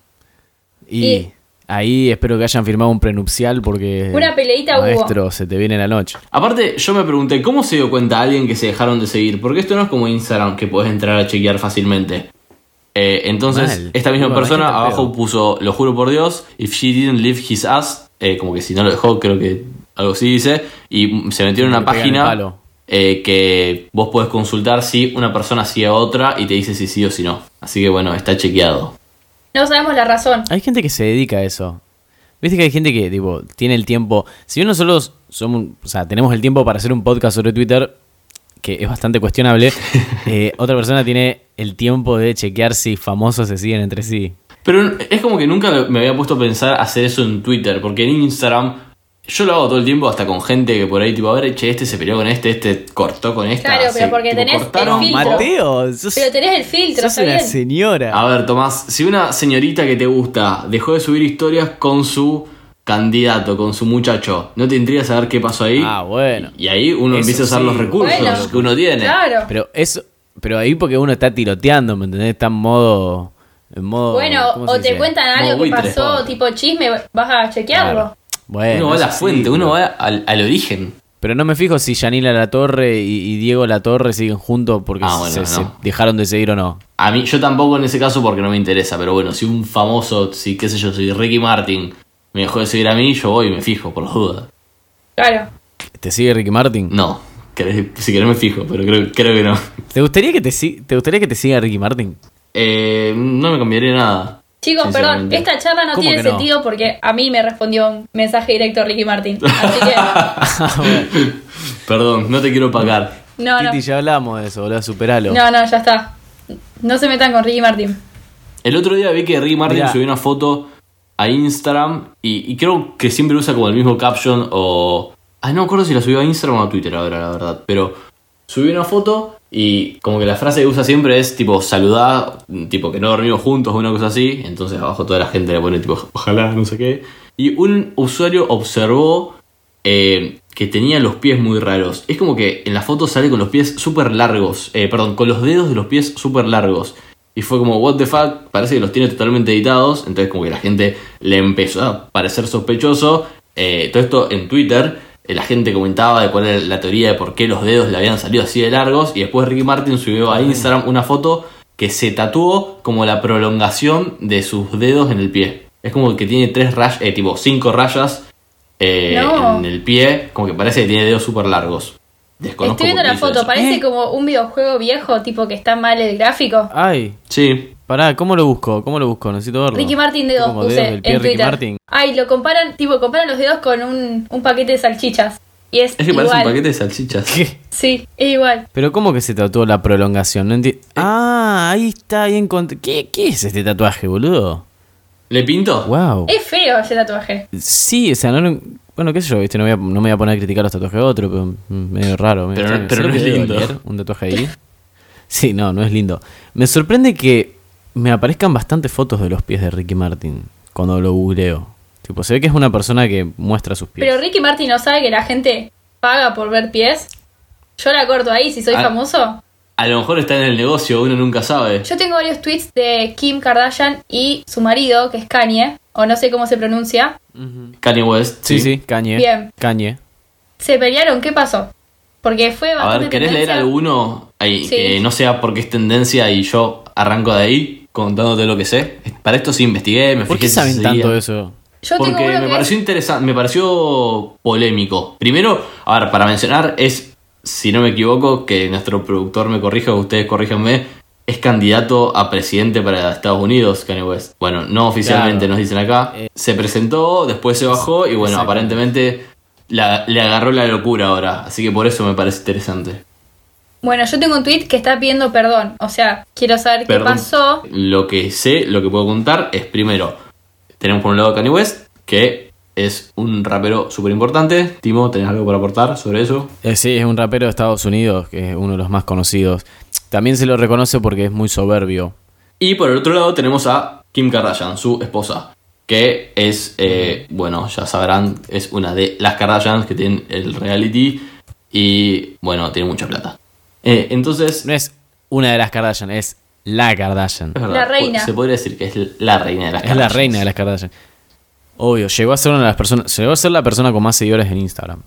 S3: Y
S1: Y-
S3: ahí espero que hayan firmado un prenupcial porque.
S1: Una peleita hubo.
S3: maestro, se te viene la noche.
S2: Aparte, yo me pregunté, ¿cómo se dio cuenta alguien que se dejaron de seguir? Porque esto no es como Instagram, que podés entrar a chequear fácilmente. Eh, entonces,
S3: Mal.
S2: esta misma
S3: Bueno,
S2: persona
S3: la gente al
S2: abajo
S3: pedo.
S2: puso, lo juro por Dios, if she didn't leave his ass, eh, como que si no lo dejó, creo que algo así dice, y se metió en
S3: Le
S2: una
S3: pegan el
S2: página
S3: palo.
S2: eh, que vos podés consultar si una persona sigue a otra y te dice si sí o si no. Así que bueno, está chequeado.
S1: No sabemos la razón.
S3: Hay gente que se dedica a eso. Viste que hay gente que, tipo, tiene el tiempo. Si bien nosotros somos, o sea, tenemos el tiempo para hacer un podcast sobre Twitter, que es bastante cuestionable, eh, otra persona tiene el tiempo de chequear si famosos se siguen entre sí.
S2: Pero es como que nunca me había puesto a pensar hacer eso en Twitter, porque en Instagram yo lo hago todo el tiempo hasta con gente que por ahí tipo, a ver, che, este se peleó con este, este cortó con esta.
S1: Claro, pero
S2: se-
S1: porque
S2: tipo,
S1: tenés el
S2: cortaron
S1: filtro.
S2: por-
S3: Mateo, sos,
S1: Pero tenés el filtro,
S3: sos
S1: está
S3: una
S1: bien.
S3: señora.
S2: A ver, Tomás, si una señorita que te gusta dejó de subir historias con su candidato, con su muchacho, ¿no te intriga saber qué pasó ahí?
S3: Ah, bueno.
S2: Y ahí uno
S3: Eso
S2: empieza a usar
S3: sí.
S2: los recursos
S1: Bueno.
S2: que uno tiene.
S1: Claro.
S3: Ah, Pero eso, pero ahí porque uno está tiroteando, ¿me entendés? Está en modo. En modo
S1: bueno,
S3: ¿cómo se
S1: o te
S3: dice?
S1: cuentan
S2: Como
S1: algo que
S2: buitre,
S1: pasó,
S2: pobre.
S1: tipo chisme, vas a chequearlo.
S3: Claro. Bueno,
S2: Uno va a la
S3: sí,
S2: fuente, uno va
S3: pero-
S2: al, al origen.
S3: Pero no me fijo si Yanila La Torre y, y Diego La Torre siguen juntos porque
S2: Ah, bueno,
S3: se,
S2: no.
S3: se dejaron de seguir o no.
S2: A mí, yo tampoco en ese caso porque no me interesa, pero bueno, si un famoso, si qué sé yo, si Ricky Martin me dejó de seguir a mí, yo voy y me fijo, por las dudas.
S1: Claro.
S3: ¿Te sigue Ricky Martin?
S2: No, querés- si querés me fijo, pero creo, creo que no.
S3: ¿Te gustaría que te, si- te gustaría que te siga Ricky Martin?
S2: Eh, no me cambiaría nada.
S1: Chicos, perdón,
S2: sinceramente.
S1: esta charla no
S3: ¿Cómo
S1: tiene
S3: que no?
S1: sentido porque a mí me respondió un mensaje directo Ricky Martin. Así que,
S3: Ah,
S2: Perdón, no te quiero pagar.
S1: no, no.
S3: Titi, ya hablamos de eso, boludo, superalo.
S1: No, no, ya está. No se metan con Ricky Martin.
S2: El otro día vi que Ricky Martin
S3: Mirá.
S2: subió una foto a Instagram y, y creo que siempre usa como el mismo caption o... Ah, no me acuerdo si la subió a Instagram o a Twitter ahora, la verdad. Pero subió una foto y como que la frase que usa siempre es tipo saludar, tipo que no dormimos juntos o una cosa así. Entonces abajo toda la gente le pone tipo ojalá, no sé qué. Y un usuario observó eh, que tenía los pies muy raros. Es como que en la foto sale con los pies súper largos. eh, perdón, con los dedos de los pies súper largos. Y fue como, what the fuck, parece que los tiene totalmente editados. Entonces como que la gente le empezó a parecer sospechoso. Eh, todo esto en Twitter. eh, La gente comentaba de cuál era la teoría de por qué los dedos le habían salido así de largos. Y después Ricky Martin subió a Instagram una foto que se tatuó como la prolongación de sus dedos en el pie. Es como que tiene tres rayas, eh, tipo cinco rayas eh,
S1: No.
S2: en el pie, como que parece que tiene dedos súper largos. Desconozco
S1: Estoy viendo
S2: por qué
S1: la
S2: hizo
S1: foto,
S2: eso.
S1: parece
S3: ¿Eh?
S1: como un videojuego viejo, tipo que está mal el gráfico.
S3: Ay,
S2: Sí,
S3: pará, ¿cómo lo busco? ¿Cómo lo busco? Necesito verlo.
S1: Ricky Martin dedos
S3: Como
S1: puse
S3: dedos del pie
S1: en
S3: Ricky
S1: Twitter.
S3: Martin.
S1: Ay, lo comparan, tipo, comparan los dedos con un, un paquete de salchichas. Y es,
S2: es que
S1: igual.
S2: parece un paquete de salchichas.
S3: ¿Qué?
S1: Sí, es igual.
S3: Pero ¿cómo que se tatuó la prolongación? No
S1: Eh.
S3: enti- Ah, ahí está, ahí encontré. ¿Qué, ¿Qué es este tatuaje, boludo?
S2: ¿Le pinto?
S3: Wow.
S1: Es feo ese tatuaje.
S3: Sí, o sea, no lo- Bueno, qué sé yo, viste, no, voy a- no me voy a poner a criticar los tatuajes de otro, pero mm, medio raro. medio
S2: Pero-
S3: extraño.
S2: pero
S3: ¿Será
S2: no
S3: que
S2: es
S3: debe
S2: lindo.
S3: doler Un tatuaje ahí. Sí, no, no es lindo. Me sorprende que me aparezcan bastantes fotos de los pies de Ricky Martin cuando lo googleo. Tipo, se ve que es una persona que muestra sus pies.
S1: Pero Ricky Martin no sabe que la gente paga por ver pies. Yo la corto ahí si soy
S2: Ah.
S1: famoso.
S2: A lo mejor está en el negocio, uno nunca sabe.
S1: Yo tengo varios tweets de Kim Kardashian y su marido, que es Kanye, o no sé cómo se pronuncia.
S2: Kanye West.
S3: sí, sí, Kanye.
S1: Bien.
S3: Kanye.
S1: Se pelearon, ¿qué pasó? Porque fue
S2: A
S1: bastante.
S2: ver, ¿querés leer
S1: tendencia.
S2: alguno ahí,
S1: Sí.
S2: que no sea porque es tendencia y yo arranco de ahí contándote lo que sé? Para esto sí investigué, me
S3: ¿Por
S2: fijé
S3: qué
S2: si
S3: saben
S2: se
S3: tanto
S2: seguía.
S3: eso?
S1: Yo tengo
S2: Porque
S1: uno
S2: me
S1: que
S2: pareció interesante, me pareció polémico. Primero, a ver, para mencionar, es, si no me equivoco, que nuestro productor me corrija, ustedes corríjanme, es candidato a presidente para Estados Unidos, Kanye West. Bueno, no oficialmente
S3: Claro.
S2: nos dicen acá.
S3: Eh.
S2: se presentó, después se bajó y bueno,
S3: Exacto.
S2: aparentemente la- le agarró la locura ahora. Así que por eso me parece interesante.
S1: Bueno, yo tengo un tweet que está pidiendo perdón. O sea, quiero saber qué
S2: Perdón.
S1: pasó.
S2: Lo que sé, lo que puedo contar es primero, tenemos por un lado a Kanye West, que es un rapero súper importante. Timo, ¿tenés algo para aportar sobre eso?
S3: Eh, sí, es un rapero de Estados Unidos, que es uno de los más conocidos. También se lo reconoce porque es muy soberbio.
S2: Y por el otro lado tenemos a Kim Kardashian, su esposa, que es, eh, bueno, ya sabrán, es una de las Kardashians que tienen el reality y, bueno, tiene mucha plata. Eh, entonces,
S3: No es una de las Kardashian, es la Kardashian.
S2: es verdad,
S1: La reina.
S2: Se podría decir que es la reina de las
S3: Es la
S2: Kardashians.
S3: reina de las Kardashian. Obvio, llegó a ser una de las personas, llegó a ser la persona con más seguidores en Instagram.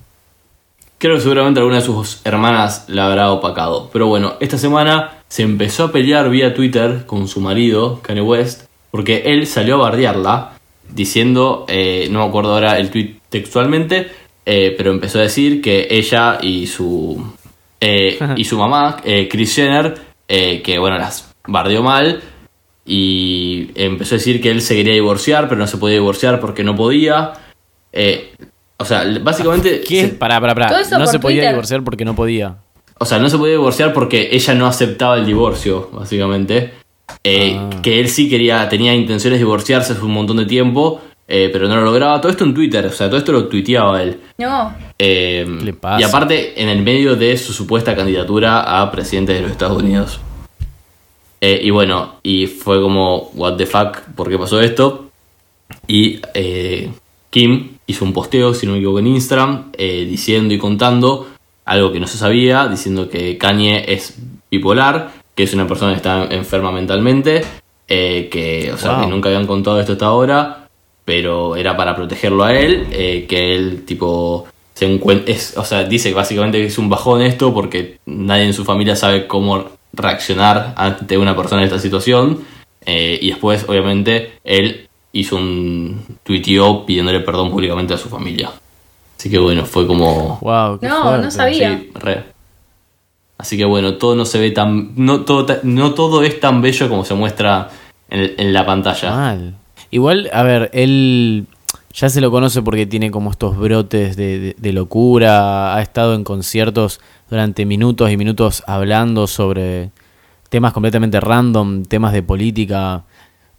S2: Creo que seguramente alguna de sus hermanas la habrá opacado. Pero bueno, esta semana se empezó a pelear vía Twitter con su marido, Kanye West, porque él salió a bardearla diciendo, eh, no me acuerdo ahora el tweet textualmente, eh, pero empezó a decir que ella y su, eh, y su mamá, eh, Kris Jenner, eh, que bueno, las bardeó mal, y empezó a decir que él se quería divorciar, pero no se podía divorciar porque no podía. Eh, o sea, básicamente...
S3: ¿Qué?
S2: se-
S3: Pará, pará,
S1: Todo
S3: pará.
S1: eso
S3: No
S1: por
S3: se podía
S1: Twitter.
S3: divorciar porque no podía.
S2: O sea, no se podía divorciar porque ella no aceptaba el divorcio, básicamente. Eh,
S3: Ah.
S2: Que él sí quería, tenía intenciones de divorciarse hace un montón de tiempo, eh, pero no lo lograba. Todo esto en Twitter, o sea, todo esto lo tuiteaba él.
S1: No.
S2: Eh,
S3: le pasa?
S2: Y aparte, en el medio de su supuesta candidatura a presidente de los Estados Unidos. Eh, y bueno, y fue como, what the fuck, ¿por qué pasó esto? Y eh, Kim hizo un posteo, si no me equivoco, en Instagram, eh, diciendo y contando algo que no se sabía, diciendo que Kanye es bipolar, que es una persona que está enferma mentalmente, eh, que, o sea,
S3: Wow.
S2: que nunca habían contado esto hasta ahora, pero era para protegerlo a él, eh, que él tipo se encuen- es, o sea, dice que básicamente que es un bajón esto porque nadie en su familia sabe cómo reaccionar ante una persona en esta situación. Eh, y después, obviamente, él hizo un tuiteo pidiéndole perdón públicamente a su familia. Así que bueno, fue como.
S3: Wow, qué
S1: No,
S3: fuerte.
S1: no sabía.
S2: Sí, re. Así que bueno, todo no se ve tan. No todo, ta- no todo es tan bello como se muestra en, en la pantalla.
S3: Mal. Igual, a ver, él ya se lo conoce porque tiene como estos brotes de, de- de locura, ha estado en conciertos durante minutos y minutos hablando sobre temas completamente random, temas de política.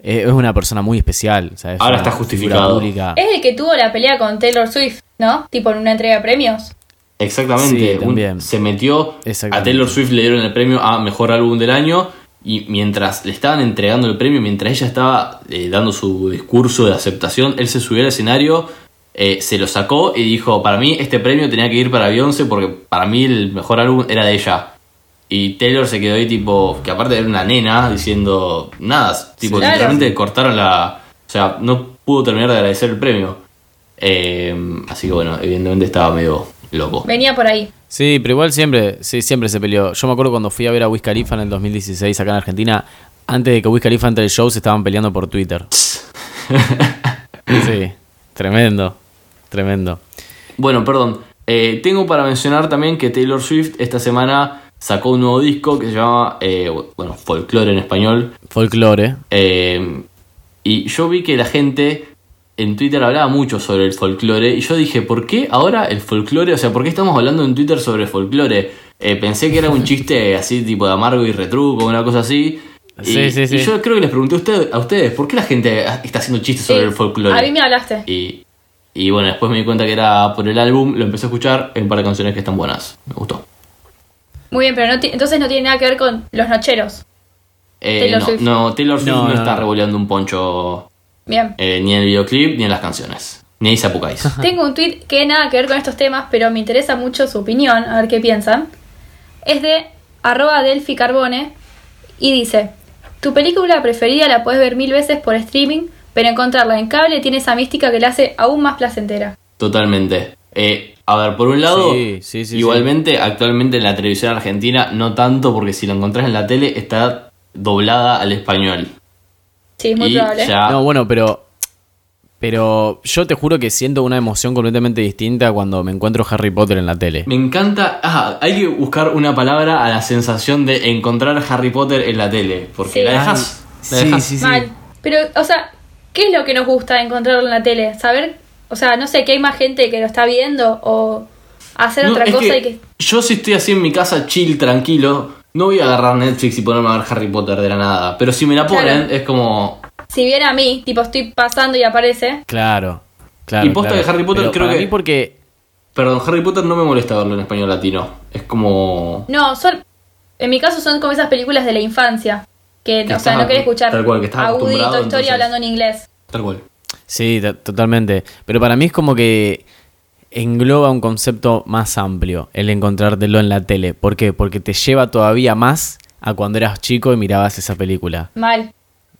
S3: Eh, es una persona muy especial. o sea, es
S2: Ahora
S3: una
S2: está
S3: figura
S2: justificado.
S3: pública.
S1: Es el que tuvo la pelea con Taylor Swift, ¿no? Tipo en una entrega de premios.
S2: Exactamente.
S3: Sí,
S2: un-
S3: también.
S2: se metió. A
S3: Exactamente.
S2: Taylor Swift le dieron el premio a mejor álbum del año. Y mientras le estaban entregando el premio, mientras ella estaba eh, dando su discurso de aceptación, él se subió al escenario, eh, se lo sacó y dijo: Para mí, este premio tenía que ir para Beyoncé porque para mí el mejor álbum era de ella. Y Taylor se quedó ahí, tipo, que aparte era una nena, diciendo nada, tipo,
S1: Claro.
S2: literalmente cortaron la. O sea, no pudo terminar de agradecer el premio. Eh, así que bueno, evidentemente estaba medio loco.
S1: Venía por ahí.
S3: Sí, pero igual siempre, sí, siempre se peleó. Yo me acuerdo cuando fui a ver a Wiz Khalifa en el 2016 acá en Argentina, antes de que Wiz Khalifa entre el show se estaban peleando por Twitter. Sí, tremendo, tremendo.
S2: Bueno, perdón. Eh, tengo para mencionar también que Taylor Swift esta semana sacó un nuevo disco que se llama, eh, bueno, Folklore en español.
S3: Folclore.
S2: Eh, y yo vi que la gente en Twitter hablaba mucho sobre el folclore. Y yo dije, ¿por qué ahora el folclore? O sea, ¿por qué estamos hablando en Twitter sobre folclore? Eh, pensé que era un chiste así, tipo de amargo y retruco, una cosa así. Y,
S3: Sí, sí, sí.
S2: y yo creo que les pregunté a, usted- a ustedes, ¿por qué la gente está haciendo chistes sobre
S1: Sí.
S2: el folclore?
S1: A mí me hablaste.
S2: Y, y bueno, después me di cuenta que era por el álbum, lo empecé a escuchar, hay un par de canciones que están buenas, me gustó.
S1: Muy bien, pero no ti- entonces no tiene nada que ver con los nocheros.
S2: Eh,
S1: Taylor
S2: no,
S1: Swift.
S2: no, Taylor Swift
S3: No,
S2: no,
S3: no,
S2: está
S3: no.
S2: revoleando un poncho
S1: Bien.
S2: eh, ni en el videoclip ni en las canciones, ni ahí se apucáis.
S1: Tengo un tweet que nada que ver con estos temas, pero me interesa mucho su opinión, a ver qué piensan. Es de arroba Delphi Carbone y dice, tu película preferida la puedes ver mil veces por streaming, pero encontrarla en cable tiene esa mística que la hace aún más placentera.
S2: Totalmente. Eh, a A ver, por un lado,
S3: Sí, sí, sí,
S2: igualmente, actualmente en la televisión argentina no tanto, porque si lo encontrás en la tele está doblada al español.
S1: Sí, es muy
S2: y
S1: probable.
S2: ya-
S3: No, bueno, pero. Pero yo te juro que siento una emoción completamente distinta cuando me encuentro Harry Potter en la tele.
S2: Me encanta. Ah, hay que buscar una palabra a la sensación de encontrar a Harry Potter en la tele. Porque
S1: Sí.
S2: la dejas. La
S3: Sí,
S2: dejás.
S3: sí, sí.
S1: Mal. Pero, o sea, ¿qué es lo que nos gusta de encontrarlo en la tele? Saber, o sea, no sé, que hay más gente que lo está viendo o hacer
S2: No,
S1: otra
S2: es
S1: cosa
S2: que
S1: y que...
S2: Yo si estoy así en mi casa chill, tranquilo, no voy a agarrar Netflix y ponerme a ver Harry Potter de la nada. Pero si me la
S1: Claro.
S2: ponen, es como.
S1: Si viene a mí, tipo, estoy pasando y aparece.
S3: Claro, claro.
S2: Y posta
S3: claro.
S2: que Harry Potter
S3: Pero
S2: creo
S3: para
S2: que-
S3: mí porque.
S2: Perdón, Harry Potter no me molesta verlo en español latino. Es como.
S1: No, son... En mi caso son como esas películas de la infancia. Que,
S2: Que
S1: o sea,
S2: estás
S1: no querés escuchar
S2: tal cual, que estás
S1: a Woody y Toy Story
S2: acostumbrado, entonces.
S1: hablando en inglés.
S2: Tal cual.
S3: Sí, t- totalmente. Pero para mí es como que engloba un concepto más amplio el encontrártelo en la tele. ¿Por qué? Porque te lleva todavía más a cuando eras chico y mirabas esa película.
S1: Mal.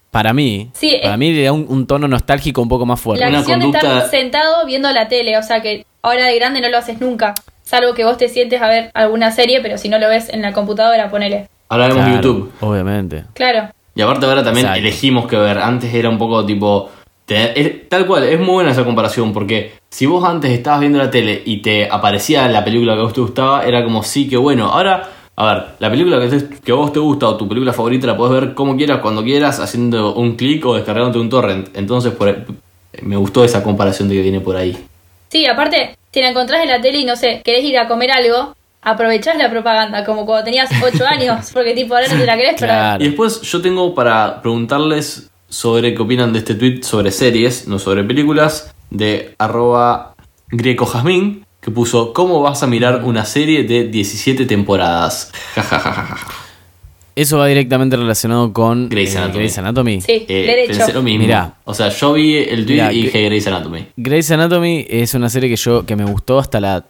S3: Para mí,
S1: Sí,
S3: para
S1: es-
S3: mí le da un, un tono nostálgico un poco más fuerte.
S1: La
S2: una
S1: acción de estar
S2: conducta-
S1: sentado viendo la tele, o sea que ahora de grande no lo haces nunca. Salvo que vos te sientes a ver alguna serie, pero si no lo ves en la computadora, ponele.
S2: Ahora vemos
S3: Claro,
S2: YouTube.
S3: Obviamente.
S1: Claro.
S2: Y aparte ahora también
S3: Exacto.
S2: elegimos qué ver. Antes era un poco tipo... te- es- tal cual, es muy buena esa comparación porque si vos antes estabas viendo la tele y te aparecía la película que a vos te gustaba, era como sí, que bueno. Ahora, a ver, la película que, te- que a vos te gusta o tu película favorita la podés ver como quieras, cuando quieras, haciendo un clic o descargándote un torrent. Entonces, por, ahí- me gustó esa comparación de que tiene por ahí.
S1: Sí, aparte, si la encontrás en la tele y no sé, querés ir a comer algo, aprovechás la propaganda, como cuando tenías 8 años, porque tipo ahora no te la querés,
S3: Claro.
S2: Y después yo tengo para preguntarles sobre qué opinan de este tweet sobre series, no sobre películas, de arroba grieco-jazmín, que puso ¿Cómo vas a mirar una serie de 17 temporadas? Ja, ja, ja, ja, ja.
S3: Eso va directamente relacionado con eh,
S2: Grey's Anatomy.
S3: Grey's Anatomy.
S1: pero. Sí,
S2: Eh,
S1: derecho.
S2: pensé lo mismo.
S3: Mirá.
S2: O sea, yo vi el tweet
S3: Mirá,
S2: y
S3: que-
S2: dije Grey's Anatomy.
S3: Grey's Anatomy es una serie que yo que me gustó hasta la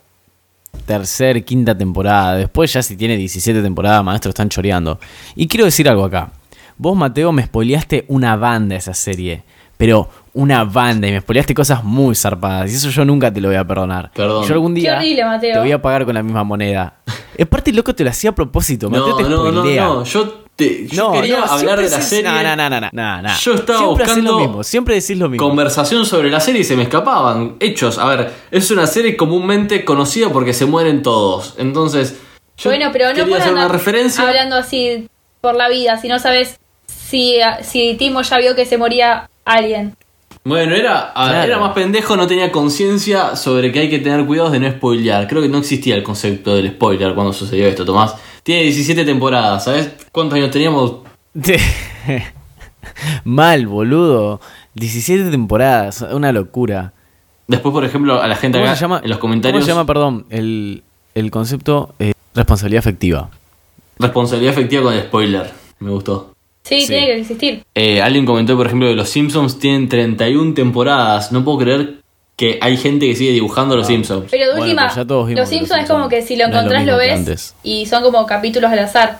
S3: tercer, quinta temporada. Después ya si tiene 17 temporadas, maestro, están choreando. Y quiero decir algo acá. Vos, Mateo, me spoileaste una banda esa serie. Pero una banda. Y me spoileaste cosas muy zarpadas. Y eso yo nunca te lo voy a perdonar.
S2: Perdón.
S3: Yo algún
S1: Qué
S3: día
S1: horrible, Mateo.
S3: te voy a pagar con la misma moneda. Aparte, loco, te lo hacía a propósito. Mateo
S2: No,
S3: te
S2: no, no,
S3: spoilea.
S2: no. Yo, te, yo quería hablar
S3: siempre
S2: de la
S3: decís-
S2: serie.
S3: No, no, no, no, no, no.
S2: Yo estaba
S3: siempre hacés
S2: buscando
S3: lo mismo, siempre decís lo mismo.
S2: conversación sobre la serie y se me escapaban hechos. A ver, es una serie comúnmente conocida porque se mueren todos. Entonces, yo
S1: bueno, pero no
S2: quería
S1: puedes
S2: hacer una
S1: andar
S2: referencia.
S1: hablando así por la vida, si no sabes si, si Timo ya vio que se moría alguien.
S2: Bueno, era, a-
S3: Claro.
S2: era más pendejo, no tenía conciencia sobre que hay que tener cuidados de no spoilear. Creo que no existía el concepto del spoiler cuando sucedió esto, Tomás. Tiene 17 temporadas, ¿sabes cuántos años teníamos?
S3: Te- Mal, boludo. 17 temporadas, una locura.
S2: Después, por ejemplo, a la gente acá en los comentarios,
S3: ¿Cómo se llama, perdón, el, el concepto eh, responsabilidad afectiva?
S2: responsabilidad efectiva con el spoiler. Me gustó.
S1: Sí,
S3: Sí.
S1: tiene que existir.
S2: Eh, alguien comentó, por ejemplo, que los Simpsons tienen 31 temporadas. No puedo creer que hay gente que sigue dibujando
S3: Ah,
S2: los Simpsons.
S1: Pero de
S3: Bueno,
S1: última,
S3: pero ya todos vimos
S1: los
S3: que los
S1: Simpsons es
S3: Simpsons
S1: como que si lo
S3: no es lo
S1: encontrás
S3: mismo
S1: lo
S3: que
S1: ves
S3: antes.
S1: y son como capítulos al azar.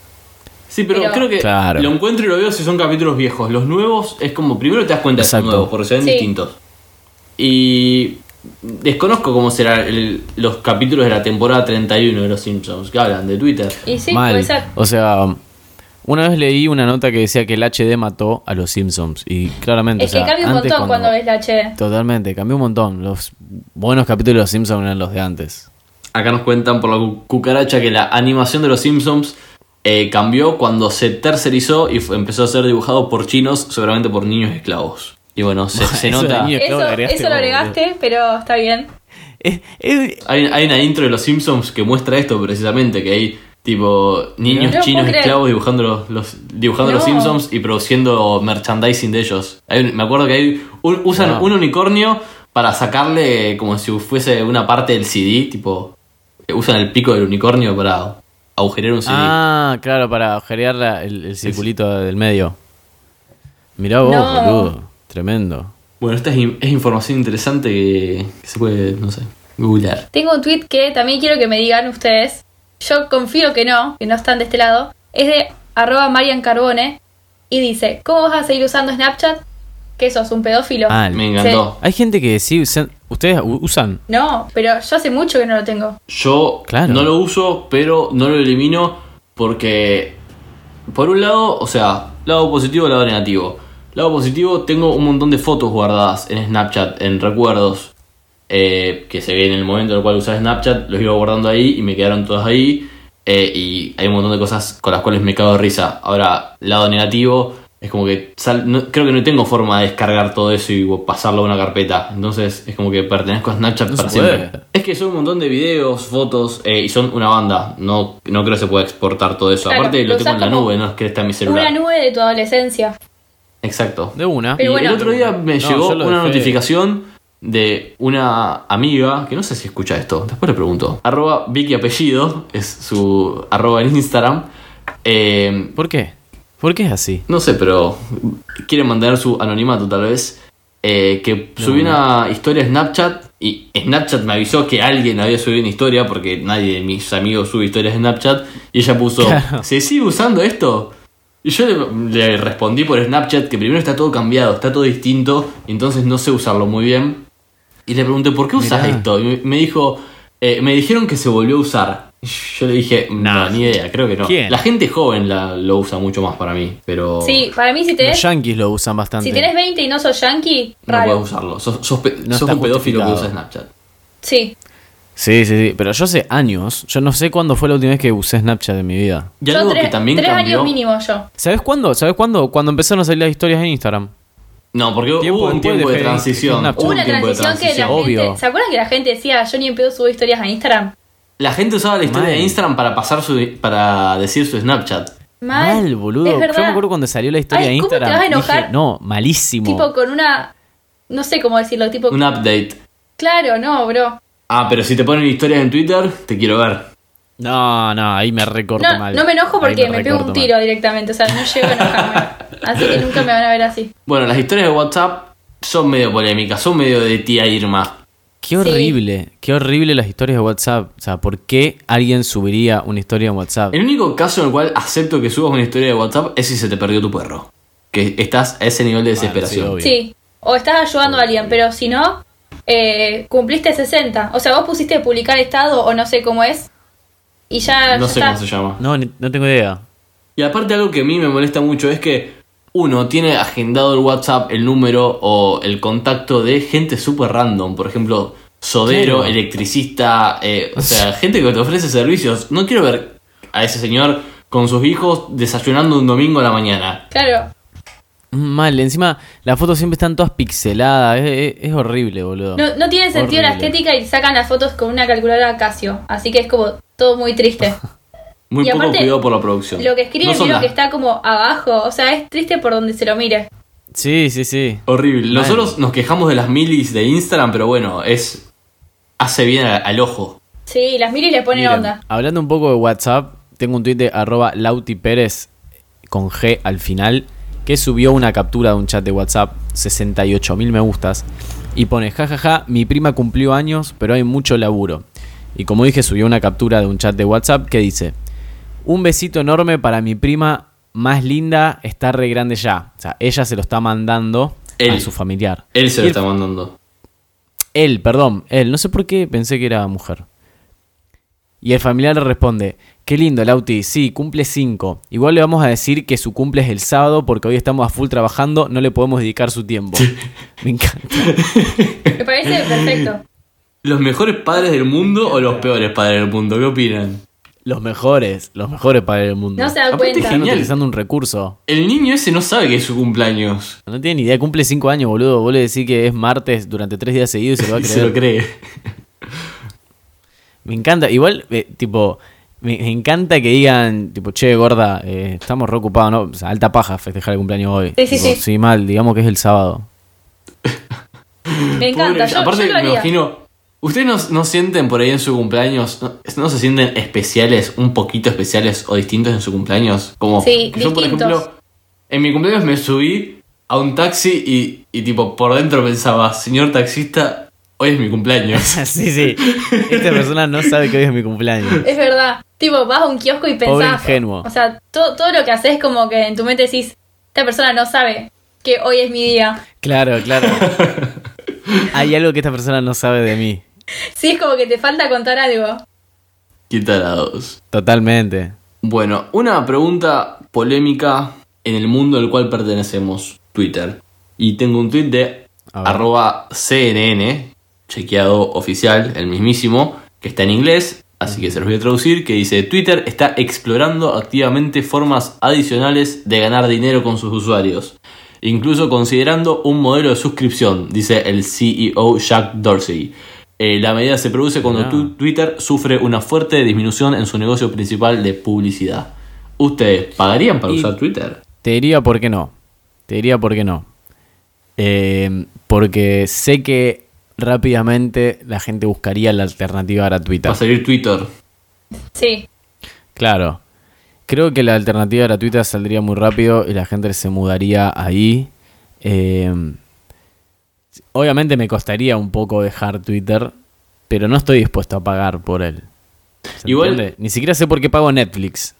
S2: Sí, pero,
S1: pero-
S2: creo que
S3: Claro.
S2: lo encuentro y lo veo si son capítulos viejos. Los nuevos es como, primero te das cuenta que
S3: Exacto.
S2: son nuevos, porque se ven
S1: Sí.
S2: distintos. Y desconozco cómo serán el- los capítulos de la temporada 31 de los Simpsons, que hablan de Twitter.
S1: Y sí,
S3: Mal.
S1: puede ser.
S3: O sea, una vez leí una nota que decía que el HD mató a los Simpsons. Y claramente.
S1: Es
S3: o sea,
S1: que cambia un
S3: antes
S1: montón cuando... ves la HD.
S3: Totalmente, cambió un montón. Los buenos capítulos de los Simpsons eran los de antes.
S2: Acá nos cuentan por la cu- cucaracha que la animación de los Simpsons eh, cambió cuando se tercerizó y fue- empezó a ser dibujado por chinos, seguramente por niños esclavos. Y bueno, se, se
S3: Eso de
S2: nota.
S3: niños-
S1: Eso,
S3: Claro, agregaste
S1: eso lo
S3: vos,
S1: agregaste, pero está bien.
S3: Es- es-
S2: Hay, hay una intro de los Simpsons que muestra esto precisamente, que hay tipo niños
S1: No lo
S2: chinos
S1: puedo creer.
S2: esclavos dibujando los, los- dibujando los
S1: No.
S2: Simpsons y produciendo merchandising de ellos. Hay un- me acuerdo que hay un- usan
S3: Wow.
S2: un unicornio para sacarle como si fuese una parte del CD, tipo eh, usan el pico del unicornio para agujerear un CD.
S3: Ah, claro, para agujerear la- el, el circulito del medio. Mirá vos,
S1: No.
S3: boludo. Tremendo.
S2: Bueno, esta es, in- es información interesante que, que se puede, no sé, googlear.
S1: Tengo un tweet que también quiero que me digan ustedes. Yo confío que no, que no están de este lado. Es de arroba Marian Carbone y dice, ¿cómo vas a seguir usando Snapchat? que sos un pedófilo.
S3: Mal.
S2: Me encantó.
S3: Hay gente que sí, usan- ustedes u- usan.
S1: No, pero yo hace mucho que no lo tengo.
S2: Yo
S3: Claro.
S2: no lo uso, pero no lo elimino porque, por un lado, o sea, lado positivo, lado negativo. Lado positivo, tengo un montón de fotos guardadas en Snapchat, en recuerdos, eh, que se ve en el momento en el cual usaba Snapchat, los iba guardando ahí y me quedaron todas ahí. eh, y hay un montón de cosas con las cuales me cago de risa. Ahora, lado negativo, es como que sal- no- creo que no tengo forma de descargar todo eso y pasarlo a una carpeta. Entonces, es como que pertenezco a Snapchat
S3: No se
S2: para
S3: puede.
S2: siempre. Es que son un montón de videos, fotos, eh, y son una banda. No, no creo que se pueda exportar todo eso.
S1: Claro,
S2: Aparte
S1: lo
S2: lo tengo en la
S1: usás como
S2: nube, no es que está en mi celular.
S1: Una nube de tu adolescencia.
S2: Exacto.
S3: De una.
S1: Pero
S2: Y
S1: bueno.
S2: el otro día me
S3: No,
S2: llegó
S3: yo lo
S2: una
S3: dejé.
S2: notificación de una amiga, que no sé si escucha esto, después le pregunto. Arroba Vicky Apellido, es su arroba en Instagram. Eh,
S3: ¿Por qué? ¿Por qué es así?
S2: no sé, pero quiere mantener su anonimato tal vez. Eh, que subió una historia a Snapchat y Snapchat me avisó que alguien había subido una historia porque nadie de mis amigos sube historias en Snapchat y ella puso,
S3: Claro.
S2: ¿se sigue usando esto? Y yo le, le respondí por Snapchat que primero está todo cambiado, está todo distinto, entonces no sé usarlo muy bien. Y le pregunté, ¿por qué usas
S3: Mirá.
S2: esto? Y me- me dijo, "Eh, me dijeron que se volvió a usar. Y Yo le dije, no, ni idea, creo que no.
S3: ¿Quién?
S2: La gente joven la, lo usa mucho más para mí, pero...
S1: Sí, para mí si
S3: Los
S1: tenés,
S3: yankees lo usan bastante.
S1: si tenés 20 y no sos yankee,
S2: No
S1: raro.
S2: puedes usarlo. Sos, sos pe-
S3: No
S2: sos
S3: está
S2: un pedófilo que
S3: justificado.
S2: usa Snapchat.
S1: Sí.
S3: Sí, sí, sí. Pero yo hace años, yo no sé cuándo fue la última vez que usé Snapchat en mi vida.
S2: Y
S1: Yo
S2: algo
S1: tres,
S2: que también
S1: tres
S2: cambió.
S1: años mínimo yo.
S3: ¿Sabes cuándo? ¿Sabes cuándo? Cuando empezaron a salir las historias en Instagram.
S2: No, porque
S3: Tiempo-
S2: hubo un
S3: tiempo
S2: tiempo de
S3: de
S2: transición.
S3: Snapchat.
S2: Hubo
S1: Hubo
S2: un
S1: una
S2: tiempo de
S1: transición que la
S2: transición.
S3: obvio.
S1: gente... ¿Se acuerdan que la gente decía, yo ni en pedo subo historias a Instagram?
S2: La gente usaba la historia
S3: Mal.
S2: de Instagram para pasar su para decir su Snapchat.
S1: Mal,
S3: boludo.
S1: Es verdad.
S3: Yo me acuerdo cuando salió la historia
S1: Ay,
S3: de
S1: ¿cómo te
S3: Instagram.
S1: vas a enojar?
S3: dije, no, malísimo.
S1: Tipo con una... No sé cómo decirlo, tipo...
S2: Un update.
S1: Claro, no, bro.
S2: Ah, pero si te ponen historias en Twitter, te quiero ver.
S3: No, no, ahí me recorto
S1: No,
S3: mal.
S1: no me enojo
S3: Ahí
S1: porque me, pego
S3: recorto
S1: un
S3: mal.
S1: tiro directamente, o sea, no llego a enojarme. así que nunca me van a ver así.
S2: Bueno, las historias de WhatsApp son medio polémicas, son medio de tía Irma.
S3: Qué horrible, qué horrible las historias de WhatsApp. O sea, ¿por qué alguien subiría una historia en WhatsApp?
S2: El único caso en el cual acepto que subas una historia de WhatsApp es si se te perdió tu perro. Que estás a ese nivel de
S3: Bueno, sí,
S2: desesperación.
S3: obvio. Bien.
S1: Sí, o estás ayudando a alguien, pero si no, eh, cumpliste 60. O sea, vos pusiste publicar estado o no sé cómo es. Y ya...
S2: no
S1: Ah, ya
S2: sé
S1: está.
S2: cómo se llama.
S3: No, ni- no tengo idea.
S2: Y aparte algo que a mí me molesta mucho es que uno tiene agendado el WhatsApp, el número o el contacto de gente súper random. Por ejemplo, sodero,
S3: Claro.
S2: electricista, eh, o sea, gente que te ofrece servicios. No quiero ver a ese señor con sus hijos desayunando un domingo a la mañana.
S1: Claro.
S3: Mal, encima las fotos siempre están todas pixeladas. Es, es- es horrible, boludo.
S1: No, no tiene sentido la
S3: Horrible.
S1: estética y sacan las fotos con una calculadora Casio. Así que es como todo muy triste.
S2: Muy
S1: Y
S2: poco
S1: aparte,
S2: cuidado por la producción.
S1: Lo que escribe
S2: No
S1: el
S2: son
S1: libro
S2: las-
S1: que está como abajo, o sea, es triste por donde se lo mire.
S3: Sí, sí, sí.
S2: Horrible.
S3: Mal.
S2: Nosotros nos quejamos de las milis de Instagram, pero bueno, es... Hace bien al, al ojo.
S1: Sí, las miris le ponen
S3: Miren,
S1: onda.
S3: Hablando un poco de WhatsApp, tengo un tuit de arroba Lauti Pérez con G al final que subió una captura de un chat de WhatsApp, 68 mil me gustas, y pone, jajaja, mi prima cumplió años, pero hay mucho laburo. Y como dije, subió una captura de un chat de WhatsApp que dice, un besito enorme para mi prima más linda, está re grande ya. O sea, ella se lo está mandando a
S2: Él.
S3: su familiar.
S2: Él se
S3: Y
S2: lo
S3: el
S2: está mandando.
S3: él, perdón, él, no sé por qué pensé que era mujer. Y el familiar le responde, qué lindo, Lauti, sí, cumple 5. Igual le vamos a decir que su cumple es el sábado porque hoy estamos a full trabajando, no le podemos dedicar su tiempo. Me encanta.
S1: Me parece perfecto.
S2: ¿Los mejores padres del mundo o los peores padres del mundo? ¿Qué opinan?
S3: Los mejores, los mejores padres del mundo.
S1: No se da
S2: Aparte,
S1: cuenta.
S3: Están
S2: genial.
S3: utilizando un recurso.
S2: El niño ese no sabe que es su cumpleaños.
S3: No tiene ni idea, cumple 5 años, boludo. Vos le decís que es martes durante 3 días seguidos y se lo va a
S2: Y
S3: creer.
S2: se lo cree.
S3: Me encanta, igual, eh, tipo, me, me encanta que digan, tipo, che, gorda, eh, estamos re ocupados, ¿no? O sea, alta paja festejar el cumpleaños hoy.
S1: Sí, sí,
S3: Tipo,
S1: sí.
S3: mal, digamos que es el sábado.
S1: Me encanta.
S2: Pobre-
S1: Yo,
S2: aparte,
S1: yo lo
S2: me
S1: haría.
S2: imagino. ¿Ustedes no, no sienten por ahí en su cumpleaños, no, no se sienten especiales, un poquito especiales o distintos en su cumpleaños? Como
S1: Sí,
S2: que yo, por
S1: distintos.
S2: ejemplo, en mi cumpleaños me subí a un taxi y, y tipo por dentro pensaba, señor taxista, hoy es mi cumpleaños.
S3: sí, sí. Esta persona no sabe que hoy es mi cumpleaños.
S1: Es verdad. Tipo, vas a un kiosco y pensás.
S3: ingenuo.
S1: O sea, todo, todo lo que haces como que en tu mente decís, esta persona no sabe que hoy es mi día.
S3: Claro, claro. Hay algo que esta persona no sabe de mí.
S1: Sí, es como que te falta contar algo.
S2: Qué tarados.
S3: Totalmente.
S2: Bueno, una pregunta polémica en el mundo al cual pertenecemos, Twitter. Y tengo un tweet de
S3: A ver.
S2: arroba CNN, chequeado oficial, el mismísimo, que está en inglés, así que se los voy a traducir, que dice, Twitter está explorando activamente formas adicionales de ganar dinero con sus usuarios, incluso considerando un modelo de suscripción, dice el CEO Jack Dorsey. Eh, la medida se produce cuando
S3: Ah.
S2: tu- Twitter sufre una fuerte disminución en su negocio principal de publicidad. ¿Ustedes pagarían para
S3: Y-
S2: usar Twitter?
S3: Te diría por qué no. Te diría por qué no. Eh, porque sé que rápidamente la gente buscaría la alternativa gratuita.
S2: Va a salir Twitter.
S1: Sí,
S3: Claro. Creo que la alternativa gratuita saldría muy rápido y la gente se mudaría ahí. Eh, obviamente me costaría un poco dejar Twitter, pero no estoy dispuesto a pagar por él. ¿Se
S2: Igual-
S3: entiende? Ni siquiera sé por qué pago Netflix.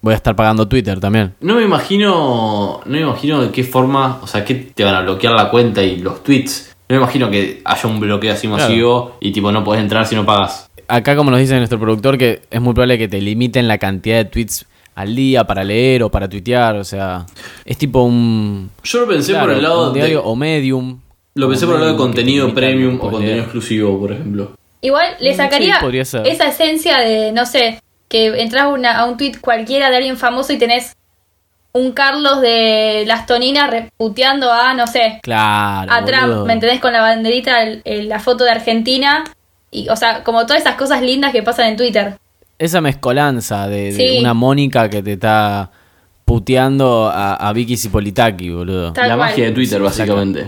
S3: Voy a estar pagando Twitter también.
S2: No me imagino. No me imagino de qué forma. O sea, que te van a bloquear la cuenta y los tweets. No me imagino que haya un bloqueo así masivo y tipo no podés entrar si no pagas.
S3: Acá, como nos dice nuestro productor, que es muy probable que te limiten la cantidad de tweets al día para leer o para tuitear. O sea, es tipo un.
S2: Yo lo pensé
S3: claro,
S2: por el lado
S3: un
S2: de.
S3: diario o medium.
S2: Lo
S3: Como
S2: pensé por el lado de
S3: medium que te
S2: contenido
S3: limitan lo que
S2: premium o
S3: puedes
S2: contenido
S3: leer.
S2: exclusivo, por ejemplo.
S1: Igual le
S3: Mm,
S1: sacaría
S3: sí, podría ser.
S1: esa esencia de, no sé, que entras a una- a un tweet cualquiera de alguien famoso y tenés un Carlos de las Toninas reputeando a, no sé,
S3: Claro.
S1: a Trump,
S3: boludo.
S1: Ah, ¿me entendés? Con la banderita, el- el- la foto de Argentina. Y, o sea, como todas esas cosas lindas que pasan en Twitter.
S3: Esa mezcolanza de, de
S1: Sí.
S3: una Mónica que te está puteando a, a Vicky Cipolitaki, boludo.
S1: Tal
S2: la
S1: cual.
S2: magia de Twitter, básicamente.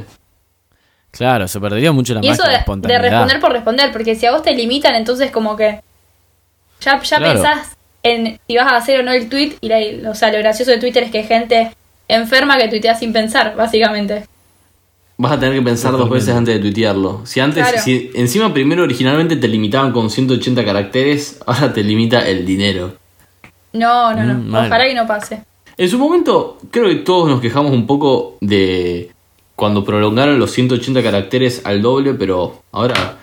S3: Claro, se perdería mucho la
S1: Y eso
S3: magia, la
S1: de, de
S3: espontaneidad.
S1: responder por responder, porque si a vos te limitan, entonces como que ya, ya
S3: Claro.
S1: pensás en si vas a hacer o no el tweet. Y la- o sea, lo gracioso de Twitter es que hay gente enferma que tuitea sin pensar, básicamente.
S2: Vas a tener que pensar dos
S3: Totalmente.
S2: veces antes de tuitearlo. Si antes,
S1: Claro.
S2: si encima primero originalmente te limitaban con 180 caracteres, ahora te limita el dinero.
S1: No, no, no.
S3: Mm, mal.
S1: Ojalá que no pase.
S2: En su momento, creo que todos nos quejamos un poco de cuando prolongaron los 180 caracteres al doble, pero ahora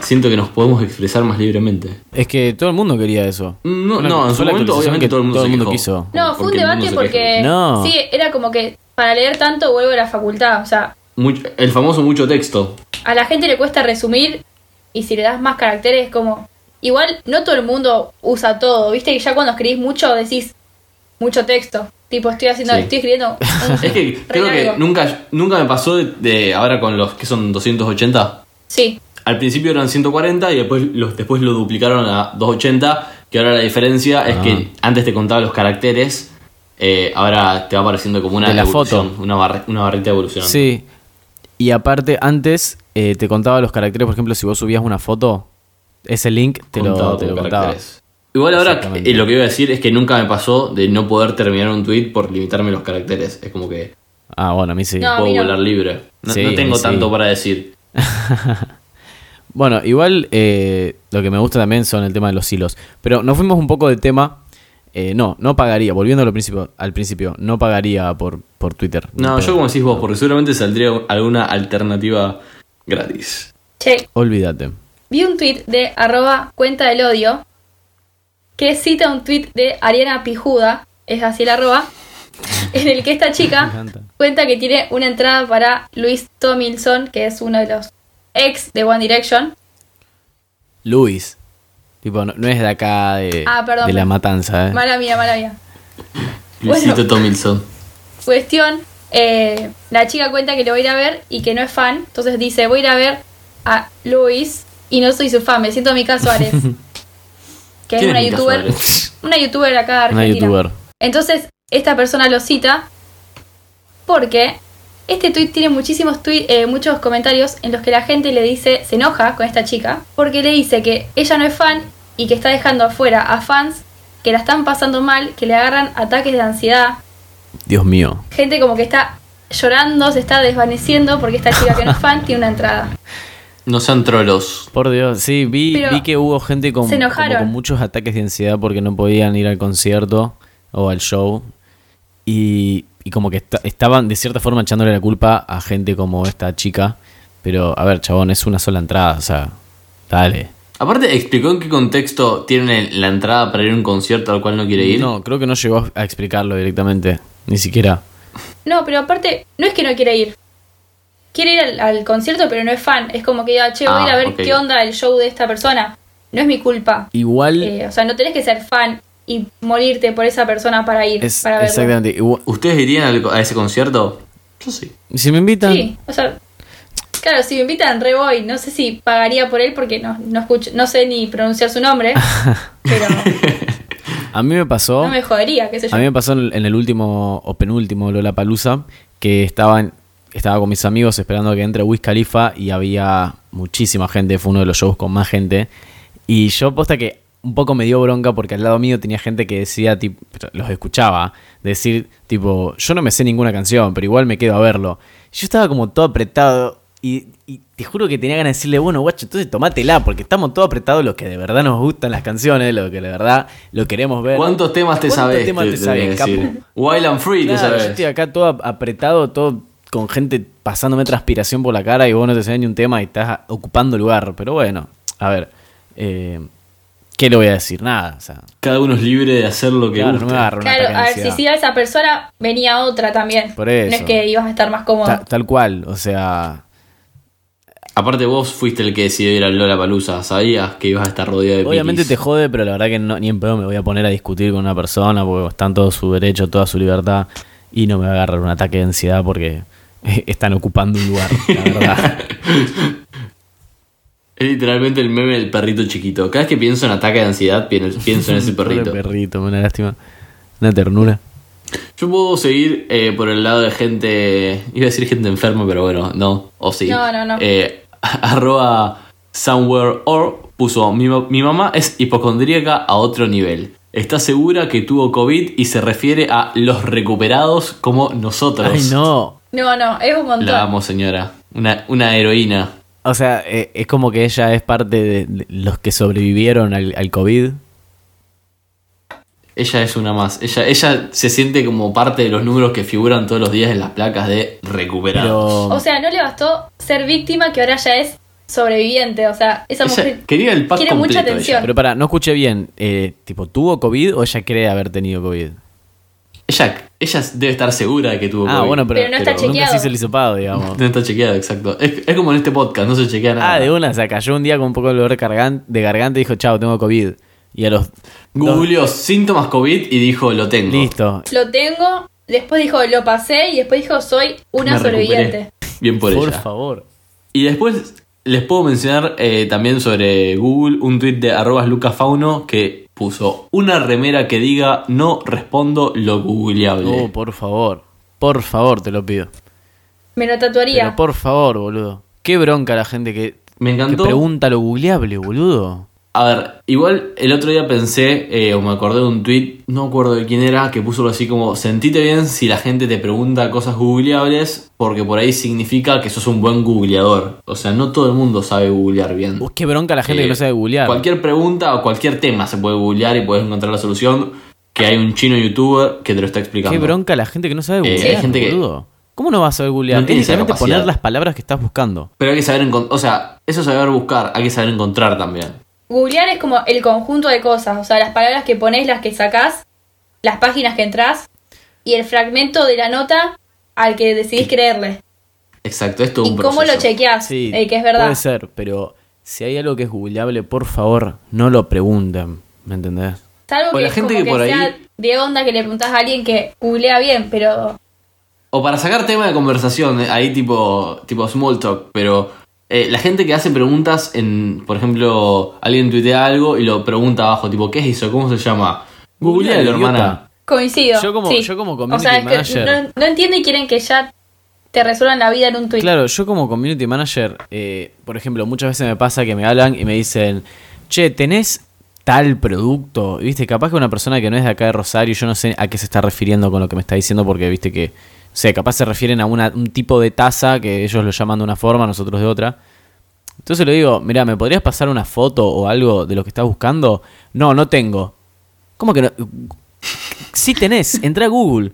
S2: siento que nos podemos expresar más libremente.
S3: Es que todo el mundo quería eso.
S2: No,
S3: Una-
S2: no, en su
S3: fue la
S2: momento
S3: actualización
S2: obviamente
S3: que
S2: todo el mundo, se quejó.
S3: quiso.
S1: No, fue un
S2: Porque el mundo
S1: debate
S2: se
S1: porque.
S3: queja. No.
S1: Sí, era como que para leer tanto vuelvo a la facultad. O sea,
S2: Mucho- el famoso mucho texto.
S1: a la gente le cuesta resumir y si le das más caracteres es como... Igual no todo el mundo usa todo, viste que ya cuando escribís mucho decís mucho texto. Tipo, estoy haciendo,
S2: Sí.
S1: estoy escribiendo... un-
S2: Es que
S1: re
S2: creo que
S1: largo.
S2: nunca, nunca me pasó de, de ahora con los que son 280.
S1: Sí,
S2: Al principio eran 140 y después, los, después lo duplicaron a 280. Que ahora la diferencia es
S3: Ah.
S2: que antes te contaba los caracteres, eh, ahora te va apareciendo como una
S3: De la
S2: evolución,
S3: foto.
S2: Una, barri- una barrita de evolución.
S3: Sí. Y aparte, antes eh, te contaba los caracteres, por ejemplo, si vos subías una foto, ese link te
S2: Contado
S3: lo, te
S2: con
S3: lo contaba.
S2: caracteres. Igual ahora
S3: Exactamente.
S2: eh, lo que iba a decir es que nunca me pasó de no poder terminar un tweet por limitarme los caracteres. Es como que
S3: Ah, bueno, a mí sí.
S1: No,
S2: puedo
S1: mira.
S2: volar libre. No,
S3: Sí,
S2: no tengo
S3: sí.
S2: tanto para decir.
S3: Bueno, igual eh, lo que me gusta también son el tema de los hilos. Pero nos fuimos un poco de tema. Eh, no, no pagaría. Volviendo a lo principio, al principio, no pagaría por, por Twitter. Ni
S2: No,
S3: pedo.
S2: yo como decís vos, porque seguramente saldría alguna alternativa gratis.
S1: che,
S3: Olvídate.
S1: vi un tweet de arroba cuenta del odio que cita un tweet de Ariana Pijuda, es así el arroba, en el que esta
S3: Me
S1: chica
S3: encanta.
S1: cuenta que tiene una entrada para Luis Tomlinson, que es uno de los ex de One Direction.
S3: Luis. Tipo, no, no es de acá de,
S1: Ah, perdón.
S3: de la matanza, eh.
S1: Mala mía, mala mía. Bueno.
S2: Luisito Tomilson.
S1: Cuestión, eh, la chica cuenta que lo va a ir a ver y que no es fan, entonces dice, voy a ir a ver a Luis y no soy su fan, me siento Mica Suárez, que es
S2: ¿Quién
S1: una
S2: es Mica
S1: youtuber,
S2: Suárez?
S1: una youtuber acá de
S3: Una
S1: Argentina.
S3: youtuber.
S1: Entonces, esta persona lo cita porque este tweet tiene muchísimos tui- eh, muchos comentarios en los que la gente le dice, se enoja con esta chica, porque le dice que ella no es fan y que está dejando afuera a fans que la están pasando mal, que le agarran ataques de ansiedad,
S3: Dios mío.
S1: gente como que está llorando, se está desvaneciendo porque esta chica que no es fan tiene una entrada.
S2: No sean trolos.
S3: Por Dios, sí, vi,
S1: Pero
S3: vi que hubo gente con,
S1: se
S3: como
S1: enojaron.
S3: con muchos ataques de ansiedad porque no podían ir al concierto o al show. Y y como que esta- estaban de cierta forma echándole la culpa a gente como esta chica. Pero, a ver, chabón, es una sola entrada, o sea, dale.
S2: Aparte, explicó en qué contexto tiene la entrada para ir a un concierto al cual no quiere ir.
S3: No, creo que no llegó a explicarlo directamente, ni siquiera.
S1: No, pero aparte, no es que no quiera ir. Quiere ir al, al concierto, pero no es fan. Es como que, ah, che, voy a ir
S2: Ah,
S1: a ver
S2: ok.
S1: qué onda el show de esta persona. No es mi culpa.
S3: Igual,
S1: Eh, o sea, no tenés que ser fan y morirte por esa persona para ir,
S3: es,
S1: para verlo.
S3: exactamente. igual-
S2: ¿Ustedes irían al- a ese concierto? Yo sí.
S3: si me invitan,
S1: Sí, o sea, claro, si me invitan, re voy. No sé si pagaría por él porque no, no escucho, no sé ni pronunciar su nombre, pero
S3: a mí me pasó.
S1: no me jodería, qué sé yo.
S3: A mí me pasó en el- en el último o penúltimo Lola Palusa que estaban, estaba con mis amigos esperando a que entre Wiz Khalifa y había muchísima gente. Fue uno de los shows con más gente. Y yo posta que un poco me dio bronca porque al lado mío tenía gente que decía, tipo, pero los escuchaba, decir, tipo, yo no me sé ninguna canción, pero igual me quedo a verlo. Yo estaba como todo apretado y, y te juro que tenía ganas de decirle, bueno, guacho, entonces tomátela, porque estamos todos apretados los que de verdad nos gustan las canciones, lo que de verdad lo queremos ver.
S2: ¿Cuántos temas te
S3: ¿Cuántos
S2: sabes?
S3: temas te
S2: tenés
S3: sabes,
S2: que
S3: capo?
S2: decir? Wild and Free te
S3: Claro,
S2: sabes.
S3: yo estoy acá todo ap- apretado, todo con gente pasándome transpiración por la cara y vos no te sabés ni un tema y estás ocupando lugar. Pero bueno, a ver, eh, ¿qué le voy a decir? Nada, o sea,
S2: Cada uno es libre de hacer lo que
S3: claro, no
S2: guste.
S3: me va a agarrar un
S1: Claro,
S3: ataque de
S1: a ver, si
S3: ansiedad.
S1: sigue a esa persona, venía otra también.
S3: Por eso.
S1: No es que ibas a estar más
S3: Ta-
S1: cómodo.
S3: tal, cual, o sea,
S2: Aparte vos fuiste el que decidió ir al Lola Palusa, sabías que ibas a estar rodeado de
S3: obviamente te
S2: piquis.
S3: jode, pero la verdad que no- ni en pedo me voy a poner a discutir con una persona porque está en todo su derecho, toda su libertad y no me va a agarrar un ataque de ansiedad porque están ocupando un lugar, la verdad.
S2: Es literalmente el meme del perrito chiquito. Cada vez que pienso en ataque de ansiedad, pien- pienso en ese
S3: Pobre
S2: perrito.
S3: perrito, una lástima, una ternura.
S2: Yo puedo seguir eh, por el lado de gente. Iba a decir gente enferma, pero bueno, no. O sí.
S1: No, no, no.
S2: Eh, arroba somewhere or puso: mi, ma- mi mamá es hipocondríaca a otro nivel. Está segura que tuvo COVID y se refiere a los recuperados como nosotros.
S3: Ay, no,
S1: No, no, es un montón.
S2: La amo, señora. Una, una heroína.
S3: O sea, eh, es como que ella es parte de de los que sobrevivieron al, al COVID.
S2: Ella es una más. Ella, ella se siente como parte de los números que figuran todos los días en las placas de recuperados.
S3: Pero
S1: O sea, no le bastó ser víctima que ahora ya es sobreviviente. O sea, esa
S2: Ella
S1: mujer
S2: quería el pack
S1: quiere mucha
S2: completo,
S1: atención.
S3: pero para, no escuché bien. eh, tipo, ¿tuvo COVID o ella cree haber tenido COVID?
S2: ella, ella debe estar segura de que tuvo
S3: Ah,
S2: COVID.
S3: bueno, pero,
S1: Pero no está
S3: nunca
S1: chequeado.
S3: se hizo el hisopado, digamos.
S2: No está chequeado, exacto. Es, es como en este podcast, no se chequea nada.
S3: ah, de una, se cayó un día con un poco de dolor cargan- de garganta y dijo, chao, tengo COVID. Y a los...
S2: Googleó síntomas COVID y dijo, lo tengo.
S3: Listo.
S1: Lo tengo, después dijo lo pasé y después dijo soy una
S2: Me recuperé.
S1: sobreviviente.
S2: Bien por, ella.
S3: favor.
S2: Y después les puedo mencionar eh, también sobre Google un tweet de arrobas lucasfauno que puso una remera que diga no respondo lo googleable.
S3: Oh, por favor. Por favor, te lo pido.
S1: Me lo tatuaría.
S3: Pero por favor, boludo. Qué bronca la gente que,
S2: Me
S3: que
S2: encantó.
S3: pregunta lo googleable, boludo.
S2: A ver, igual el otro día pensé, eh, o me acordé de un tweet, no me acuerdo de quién era, que puso algo así como, sentite bien si la gente te pregunta cosas googleables, porque por ahí significa que sos un buen googleador. O sea, no todo el mundo sabe googlear bien.
S3: Uy, Uh, qué bronca la gente
S2: Eh,
S3: que no sabe googlear.
S2: Cualquier pregunta o cualquier tema se puede googlear y puedes encontrar la solución, que hay un chino youtuber que te lo está explicando.
S3: Qué bronca la gente que no sabe
S2: Eh,
S3: googlear,
S2: hay gente que-
S3: boludo. ¿Cómo no vas a saber googlear?
S2: No tiene
S3: Tienes
S2: esa
S3: que
S2: capacidad.
S3: poner las palabras que estás buscando.
S2: Pero hay que saber encontrar, o sea, eso es saber buscar, hay que saber encontrar también.
S1: Googlear es como el conjunto de cosas. O sea, las palabras que ponés, las que sacás, las páginas que entrás y el fragmento de la nota al que decidís creerle.
S2: Exacto, esto es
S1: Y
S2: un
S1: cómo lo
S2: proceso.
S1: chequeás, eh, que es verdad.
S3: Puede ser, pero si hay algo que es googleable, por favor, no lo pregunten. ¿Me entendés?
S1: Salvo
S2: O
S1: que,
S2: la gente
S1: como
S2: que por
S1: sea
S2: ahí-
S1: de onda que le preguntás a alguien que googlea bien, pero
S2: O para sacar tema de conversación, eh, ahí tipo, tipo small talk, pero eh, la gente que hace preguntas en, por ejemplo, alguien tuitea algo y lo pregunta abajo, tipo, ¿qué es eso? ¿Cómo se llama? Googlealo,
S3: Googlealo,
S2: hermana.
S1: coincido.
S3: Yo como-
S1: sí.
S3: yo como
S1: O sea, es
S3: community
S1: que
S3: manager-
S1: no, no entiendo y quieren que ya te resuelvan la vida en un tweet.
S3: Claro, yo como community manager, eh, por ejemplo, muchas veces me pasa que me hablan y me dicen, che, ¿tenés tal producto? Y, Viste, capaz que una persona que no es de acá de Rosario, yo no sé a qué se está refiriendo con lo que me está diciendo, porque viste que, o sea, capaz se refieren a una- un tipo de taza que ellos lo llaman de una forma, nosotros de otra. Entonces le digo, mira, ¿me podrías pasar una foto o algo de lo que estás buscando? No, no tengo. ¿Cómo que no? Sí tenés, entra a Google.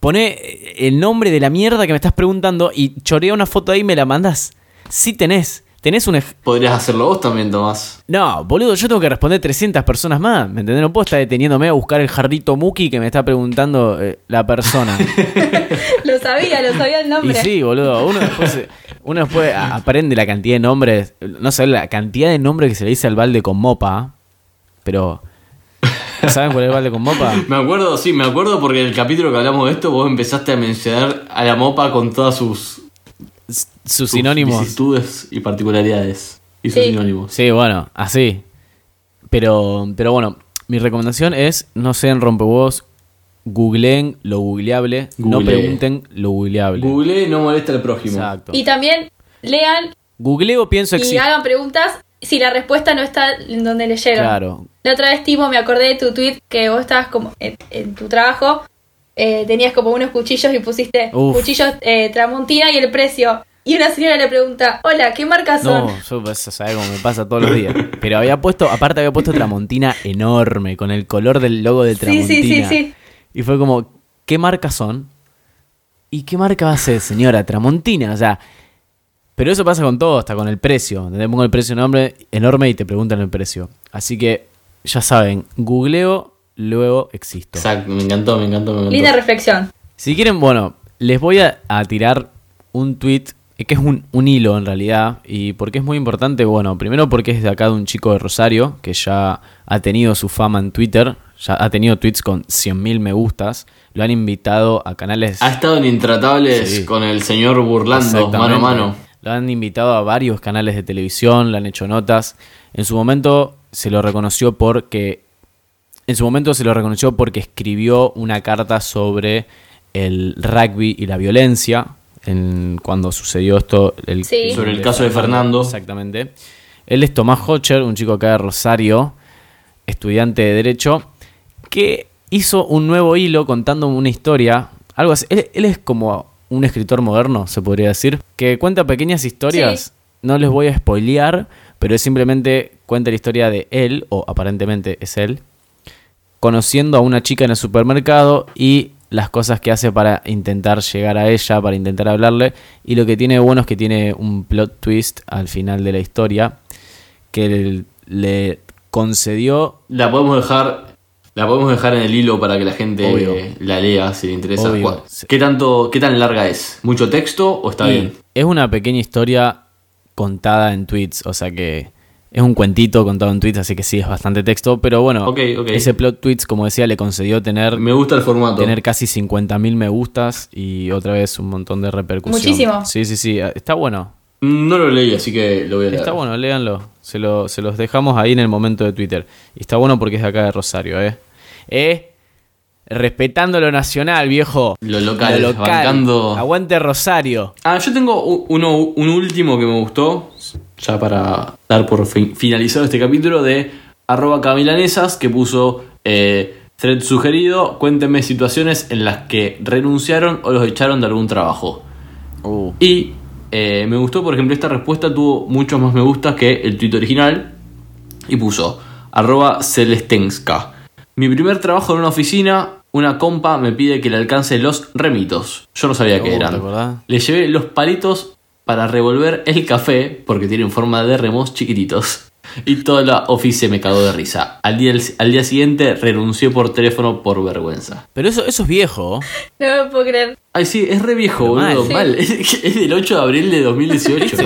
S3: Poné el nombre de la mierda que me estás preguntando y chorea una foto ahí y me la mandás. Sí tenés. Tenés un... ej-
S2: Podrías hacerlo vos también, Tomás.
S3: No, boludo, yo tengo que responder 300 personas más. ¿Me entendés? No puedo estar deteniéndome a buscar el jarrito Muki que me está preguntando eh, la persona.
S1: Lo sabía, lo sabía el
S3: Y
S1: nombre.
S3: sí, boludo, uno después, uno después a- aprende la cantidad de nombres, no sé, la cantidad de nombres que se le dice al balde con mopa, pero ¿saben cuál es el balde con mopa?
S2: Me acuerdo, sí, me acuerdo porque en el capítulo que hablamos de esto vos empezaste a mencionar a la mopa con todas sus,
S3: S- Sus
S2: sus
S3: sinónimos.
S2: vicisitudes y particularidades. Y sus
S1: Sí.
S2: sinónimos.
S3: Sí, bueno, así. Pero, pero bueno, mi recomendación es no sean rompehuevos, googleen lo googleable, no
S2: Googleen.
S3: pregunten lo googleable.
S2: Google no molesta al prójimo.
S3: Exacto.
S1: Y también lean
S3: Googleo pienso
S1: y
S3: existe.
S1: hagan preguntas si la respuesta no está en donde le llega.
S3: Claro.
S1: La otra vez, Timo, me acordé de tu tweet que vos estabas como en, en tu trabajo, eh, tenías como unos cuchillos y pusiste
S3: Uf.
S1: cuchillos eh, Tramontina y el precio. Y una señora le pregunta, hola, ¿qué marca son?
S3: No, yo eso sabe cómo me pasa todos los días. Pero había puesto, aparte había puesto Tramontina enorme, con el color del logo de
S1: Sí, sí,
S3: Tramontina.
S1: sí, sí.
S3: Y fue como, ¿qué marca son? ¿Y qué marca va a ser, señora? Tramontina, o sea. Pero eso pasa con todo, hasta con el precio. ¿entendés? Pongo el precio enorme, enorme y te preguntan el precio. Así que, ya saben, googleo, luego existo.
S2: Exacto, me encantó, me encantó, me encantó.
S1: Linda reflexión.
S3: Si quieren, bueno, les voy a, a tirar un tweet eh, que es un, un hilo en realidad y porque es muy importante, bueno, primero porque es de acá de un chico de Rosario que ya ha tenido su fama en Twitter, ya ha tenido tweets con 100.000 me gustas, lo han invitado a canales
S2: Ha estado en Intratables
S3: Sí.
S2: con el señor burlando, mano a
S3: Exactamente.
S2: mano.
S3: Lo han invitado a varios canales de televisión, le han hecho notas. En su momento se lo reconoció porque. En su momento se lo reconoció porque escribió una carta sobre el rugby y la violencia. en- cuando sucedió esto. El,
S1: Sí.
S2: Sobre el caso de Fernando.
S3: Exactamente. Él es Tomás Hocher, un chico acá de Rosario, estudiante de Derecho, que hizo un nuevo hilo contando una historia. Algo así. Él, él es como un escritor moderno, se podría decir, que cuenta pequeñas historias.
S1: Sí.
S3: No les voy a spoilear, pero es simplemente cuenta la historia de él, o aparentemente es él, conociendo a una chica en el supermercado y las cosas que hace para intentar llegar a ella, para intentar hablarle. Y lo que tiene de bueno es que tiene un plot twist al final de la historia que le- le concedió
S2: La podemos dejar. La podemos dejar en el hilo para que la gente
S3: Obvio.
S2: eh, la lea si le interesa.
S3: Obvio.
S2: Bueno, ¿Qué tanto, qué tan larga es? ¿Mucho texto o está
S3: Y
S2: bien?
S3: Es una pequeña historia contada en tweets, o sea que es un cuentito contado en tweets, así que sí, es bastante texto, pero bueno,
S2: Ok, ok.
S3: ese plot tweets, como decía, le concedió tener,
S2: Me gusta el formato.
S3: tener casi 50.000 me gustas y otra vez un montón de repercusión.
S1: Muchísimo.
S3: Sí, sí, sí, ah, está bueno.
S2: No lo leí, así que lo voy a leer.
S3: Está bueno, léanlo. Se, lo- se los dejamos ahí en el momento de Twitter. Y está bueno porque es de acá de Rosario, ¿eh? ¿Eh? Respetando lo nacional, viejo.
S2: Lo local, bancando-
S3: Aguante Rosario.
S2: Ah, yo tengo u- uno, un último que me gustó, ya para dar por fin- finalizado este capítulo, de arroba camilanesas, que puso eh, thread sugerido, cuéntenme situaciones en las que renunciaron o los echaron de algún trabajo. Y eh, me gustó, por ejemplo, esta respuesta tuvo muchos más me gustas que el tuit original. Y puso, arroba Celestenska. Mi primer trabajo en una oficina, una compa me pide que le alcance los remitos. Yo no sabía
S3: Oh,
S2: qué
S3: ¿te
S2: eran.
S3: acordás?
S2: Le llevé los palitos para revolver el café, porque tienen forma de remos chiquititos. Y toda la oficina me cagó de risa. Al día, al día siguiente renuncié por teléfono por vergüenza.
S3: Pero eso, eso es viejo.
S1: No me puedo creer.
S2: Ay, sí, es re viejo,
S3: Pero mal.
S2: boludo.
S3: Sí. Este-
S2: Mal. Es, es del 8 de abril de 2018.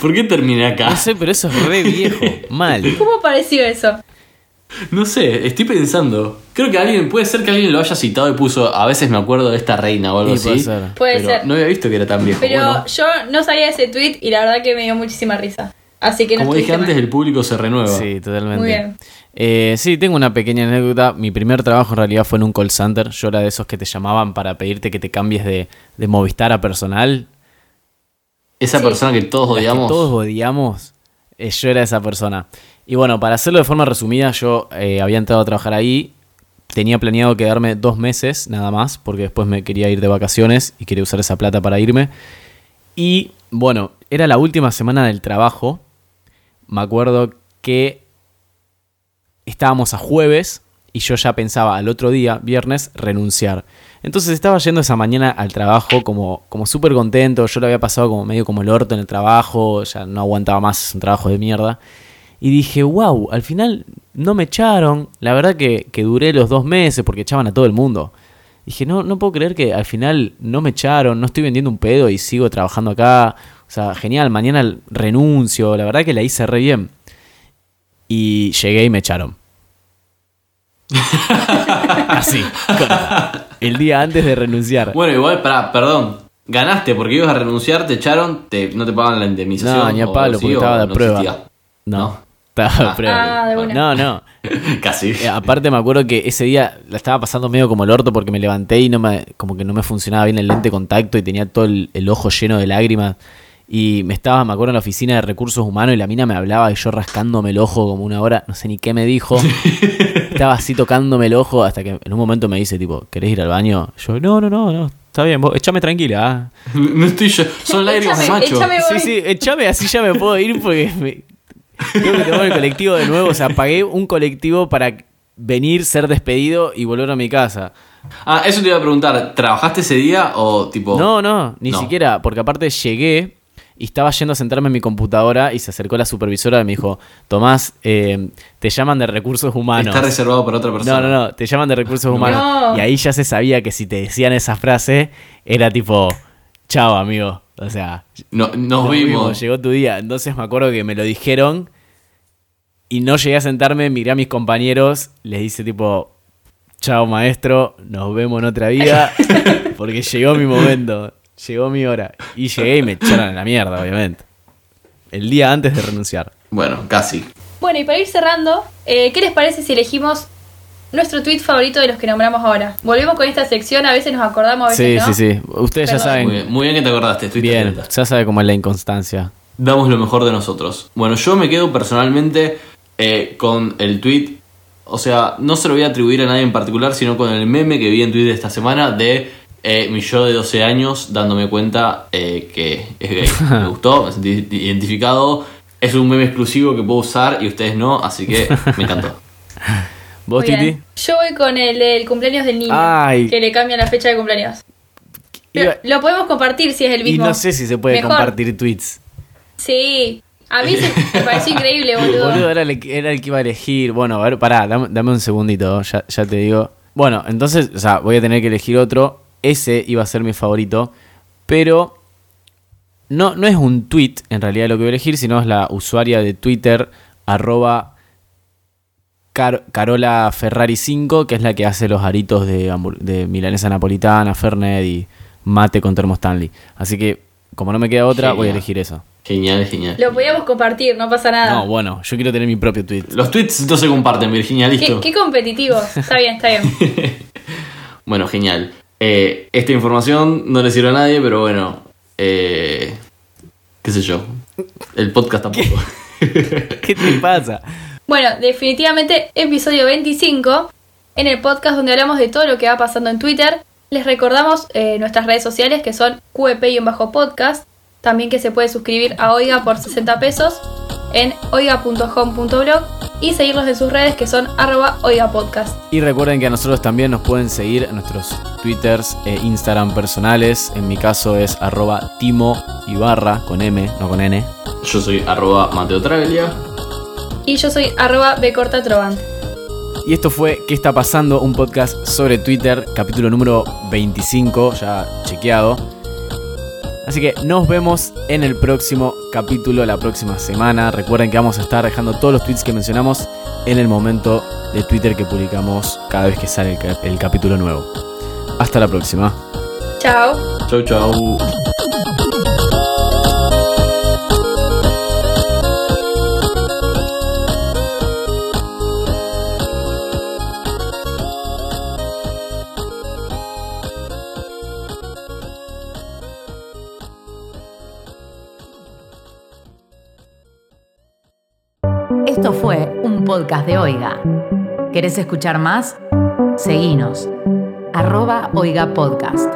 S2: ¿Por qué terminé acá?
S3: No sé, pero eso es re viejo. Mal.
S1: ¿Cómo pareció eso?
S2: No sé, estoy pensando. Creo que alguien, puede ser que alguien lo haya citado y puso, a veces me acuerdo de esta reina o algo
S3: Y
S2: así.
S3: puede ser.
S1: Puede
S2: pero
S1: ser.
S2: No había visto que era tan viejo.
S1: Pero
S2: Bueno,
S1: yo no sabía ese tweet y la verdad que me dio muchísima risa. Así que no
S2: como dije
S1: estuviste
S2: antes,
S1: mal.
S2: el público se renueva.
S3: Sí, totalmente.
S1: Muy bien.
S3: Eh, sí, tengo una pequeña anécdota. Mi primer trabajo en realidad fue en un call center. Yo era de esos que te llamaban para pedirte que te cambies de, de Movistar a personal.
S2: Esa
S1: Sí.
S2: persona que todos
S3: las que
S2: odiamos.
S3: todos odiamos. eh, yo era esa persona. Y bueno, para hacerlo de forma resumida, yo eh, había entrado a trabajar ahí. Tenía planeado quedarme dos meses nada más, porque después me quería ir de vacaciones y quería usar esa plata para irme. Y bueno, era la última semana del trabajo. Me acuerdo que estábamos a jueves y yo ya pensaba al otro día, viernes, renunciar. Entonces estaba yendo esa mañana al trabajo como, como súper contento, yo lo había pasado como medio como el orto en el trabajo, ya no aguantaba más, es un trabajo de mierda. Y dije, wow, al final no me echaron, la verdad que, que duré los dos meses porque echaban a todo el mundo. Dije, no, no puedo creer que al final no me echaron, no estoy vendiendo un pedo y sigo trabajando acá. O sea, genial, mañana renuncio, la verdad que la hice re bien. Y llegué y me echaron. Así, corta. el día antes de renunciar.
S2: Bueno, igual, pará, perdón. Ganaste porque ibas a renunciar, te echaron, te, no te pagaban la indemnización.
S3: No, ni a
S2: o
S3: palo,
S2: sí,
S3: porque
S2: o
S3: estaba de
S2: no
S3: prueba.
S2: existía.
S3: No,
S2: No.
S3: estaba
S2: Ah.
S3: prueba.
S1: Ah, de una.
S3: No, no.
S2: Casi.
S3: Eh, aparte me acuerdo que ese día la estaba pasando medio como el orto porque me levanté y no me, como que no me funcionaba bien el lente de contacto y tenía todo el, el ojo lleno de lágrimas. Y me estaba, me acuerdo, en la oficina de recursos humanos y la mina me hablaba y yo rascándome el ojo como una hora, no sé ni qué me dijo. estaba así tocándome el ojo hasta que en un momento me dice, tipo, ¿querés ir al baño? Yo, no, no, no, no, está bien, vos, échame tranquila. ah".
S2: No estoy yo. Son lágrimas de
S1: Échame,
S2: macho.
S1: échame. Me
S3: Sí,
S1: voy.
S3: sí, echame, así ya me puedo ir porque me- tengo que tomar el colectivo de nuevo. O sea, pagué un colectivo para venir, ser despedido y volver a mi casa.
S2: Ah, eso te iba a preguntar. ¿Trabajaste ese día o tipo.?
S3: No, no, ni
S2: No.
S3: siquiera, porque aparte llegué y estaba yendo a sentarme en mi computadora y se acercó la supervisora y me dijo, Tomás, eh, te llaman de recursos humanos.
S2: Está reservado para otra persona.
S3: No, no, no, te llaman de recursos humanos.
S1: No.
S3: Y ahí ya se sabía que si te decían esa frase, era tipo, chao, amigo. O sea,
S2: No, nos,
S3: Nos
S2: vimos.
S3: Llegó tu día. Entonces me acuerdo que me lo dijeron y no llegué a sentarme, miré a mis compañeros, les hice tipo, chao maestro, nos vemos en otra vida, porque llegó mi momento, llegó mi hora. Y llegué y me echaron a la mierda, obviamente. El día antes de renunciar.
S2: Bueno, casi.
S1: Bueno, y para ir cerrando, eh, ¿qué les parece si elegimos nuestro tweet favorito de los que nombramos ahora? Volvemos con esta sección, a veces nos acordamos, a
S3: Sí,
S1: veces no.
S3: sí, sí. Ustedes ya
S1: Perdón.
S3: saben.
S2: Muy bien, muy bien que te acordaste. Estuviste
S3: Bien,
S2: atenta.
S3: ya sabe cómo es la inconstancia.
S2: damos lo mejor de nosotros. Bueno, yo me quedo personalmente eh, con el tweet. O sea, no se lo voy a atribuir a nadie en particular, sino con el meme que vi en Twitter esta semana de eh, mi yo de 12 años dándome cuenta eh, que es gay. Me gustó, me sentí identificado. Es un meme exclusivo que puedo usar y ustedes no, así que me encantó.
S3: ¿Vos,
S1: Muy bien.
S3: Titi?
S1: Yo voy con el, del cumpleaños del niño,
S3: Ay.
S1: que le cambian la fecha de cumpleaños. Pero
S3: Iba-
S1: lo podemos compartir si es el
S3: y
S1: mismo.
S3: no sé si se puede
S1: Mejor.
S3: compartir tweets.
S1: Sí. A mí se, me pareció increíble, boludo.
S3: Boludo, era el, era el que iba a elegir. Bueno, a ver, pará, dame, dame un segundito, ya, ya te digo. Bueno, entonces, o sea, voy a tener que elegir otro. Ese iba a ser mi favorito. Pero no, no es un tweet, en realidad, lo que voy a elegir, sino es la usuaria de Twitter, arroba Car- Carola Ferrari 5, que es la que hace los aritos de, hambur- de milanesa napolitana, Fernet y mate con termo Stanley. Así que, como no me queda otra, voy a
S2: Genial.
S3: elegir eso.
S2: Genial, genial.
S1: Lo podíamos compartir, no pasa nada.
S3: No, bueno, yo quiero tener mi propio tweet.
S2: Los tweets no se comparten, Virginia,
S1: qué,
S2: listo.
S1: qué competitivos. Está bien, está bien.
S2: Bueno, genial. Eh, esta información no le sirve a nadie, pero bueno. eh, qué sé yo. El podcast tampoco.
S3: ¿Qué te pasa?
S1: Bueno, definitivamente episodio 25, en el podcast donde hablamos de todo lo que va pasando en Twitter. Les recordamos eh, nuestras redes sociales que son E QEP-podcast. También que se puede suscribir a Oiga por 60 pesos en oiga.home.blog y seguirlos en sus redes que son arroba oigapodcast.
S3: Y recuerden que a nosotros también nos pueden seguir en nuestros twitters e Instagram personales. En mi caso es arroba timo ibarra con M, no con N.
S2: Yo soy arroba Mateo Traglia.
S1: Y yo soy arroba bcortatrovant.
S3: Y esto fue ¿Qué está pasando? Un podcast sobre Twitter, capítulo número 25, ya chequeado. Así que nos vemos en el próximo capítulo, la próxima semana. Recuerden que vamos a estar dejando todos los tweets que mencionamos en el momento de Twitter que publicamos cada vez que sale el cap- el capítulo nuevo. Hasta la próxima.
S1: Chao.
S2: Chau, chau.
S4: Esto fue un podcast de Oiga. ¿Querés escuchar más? Seguinos. Arroba Oiga Podcast.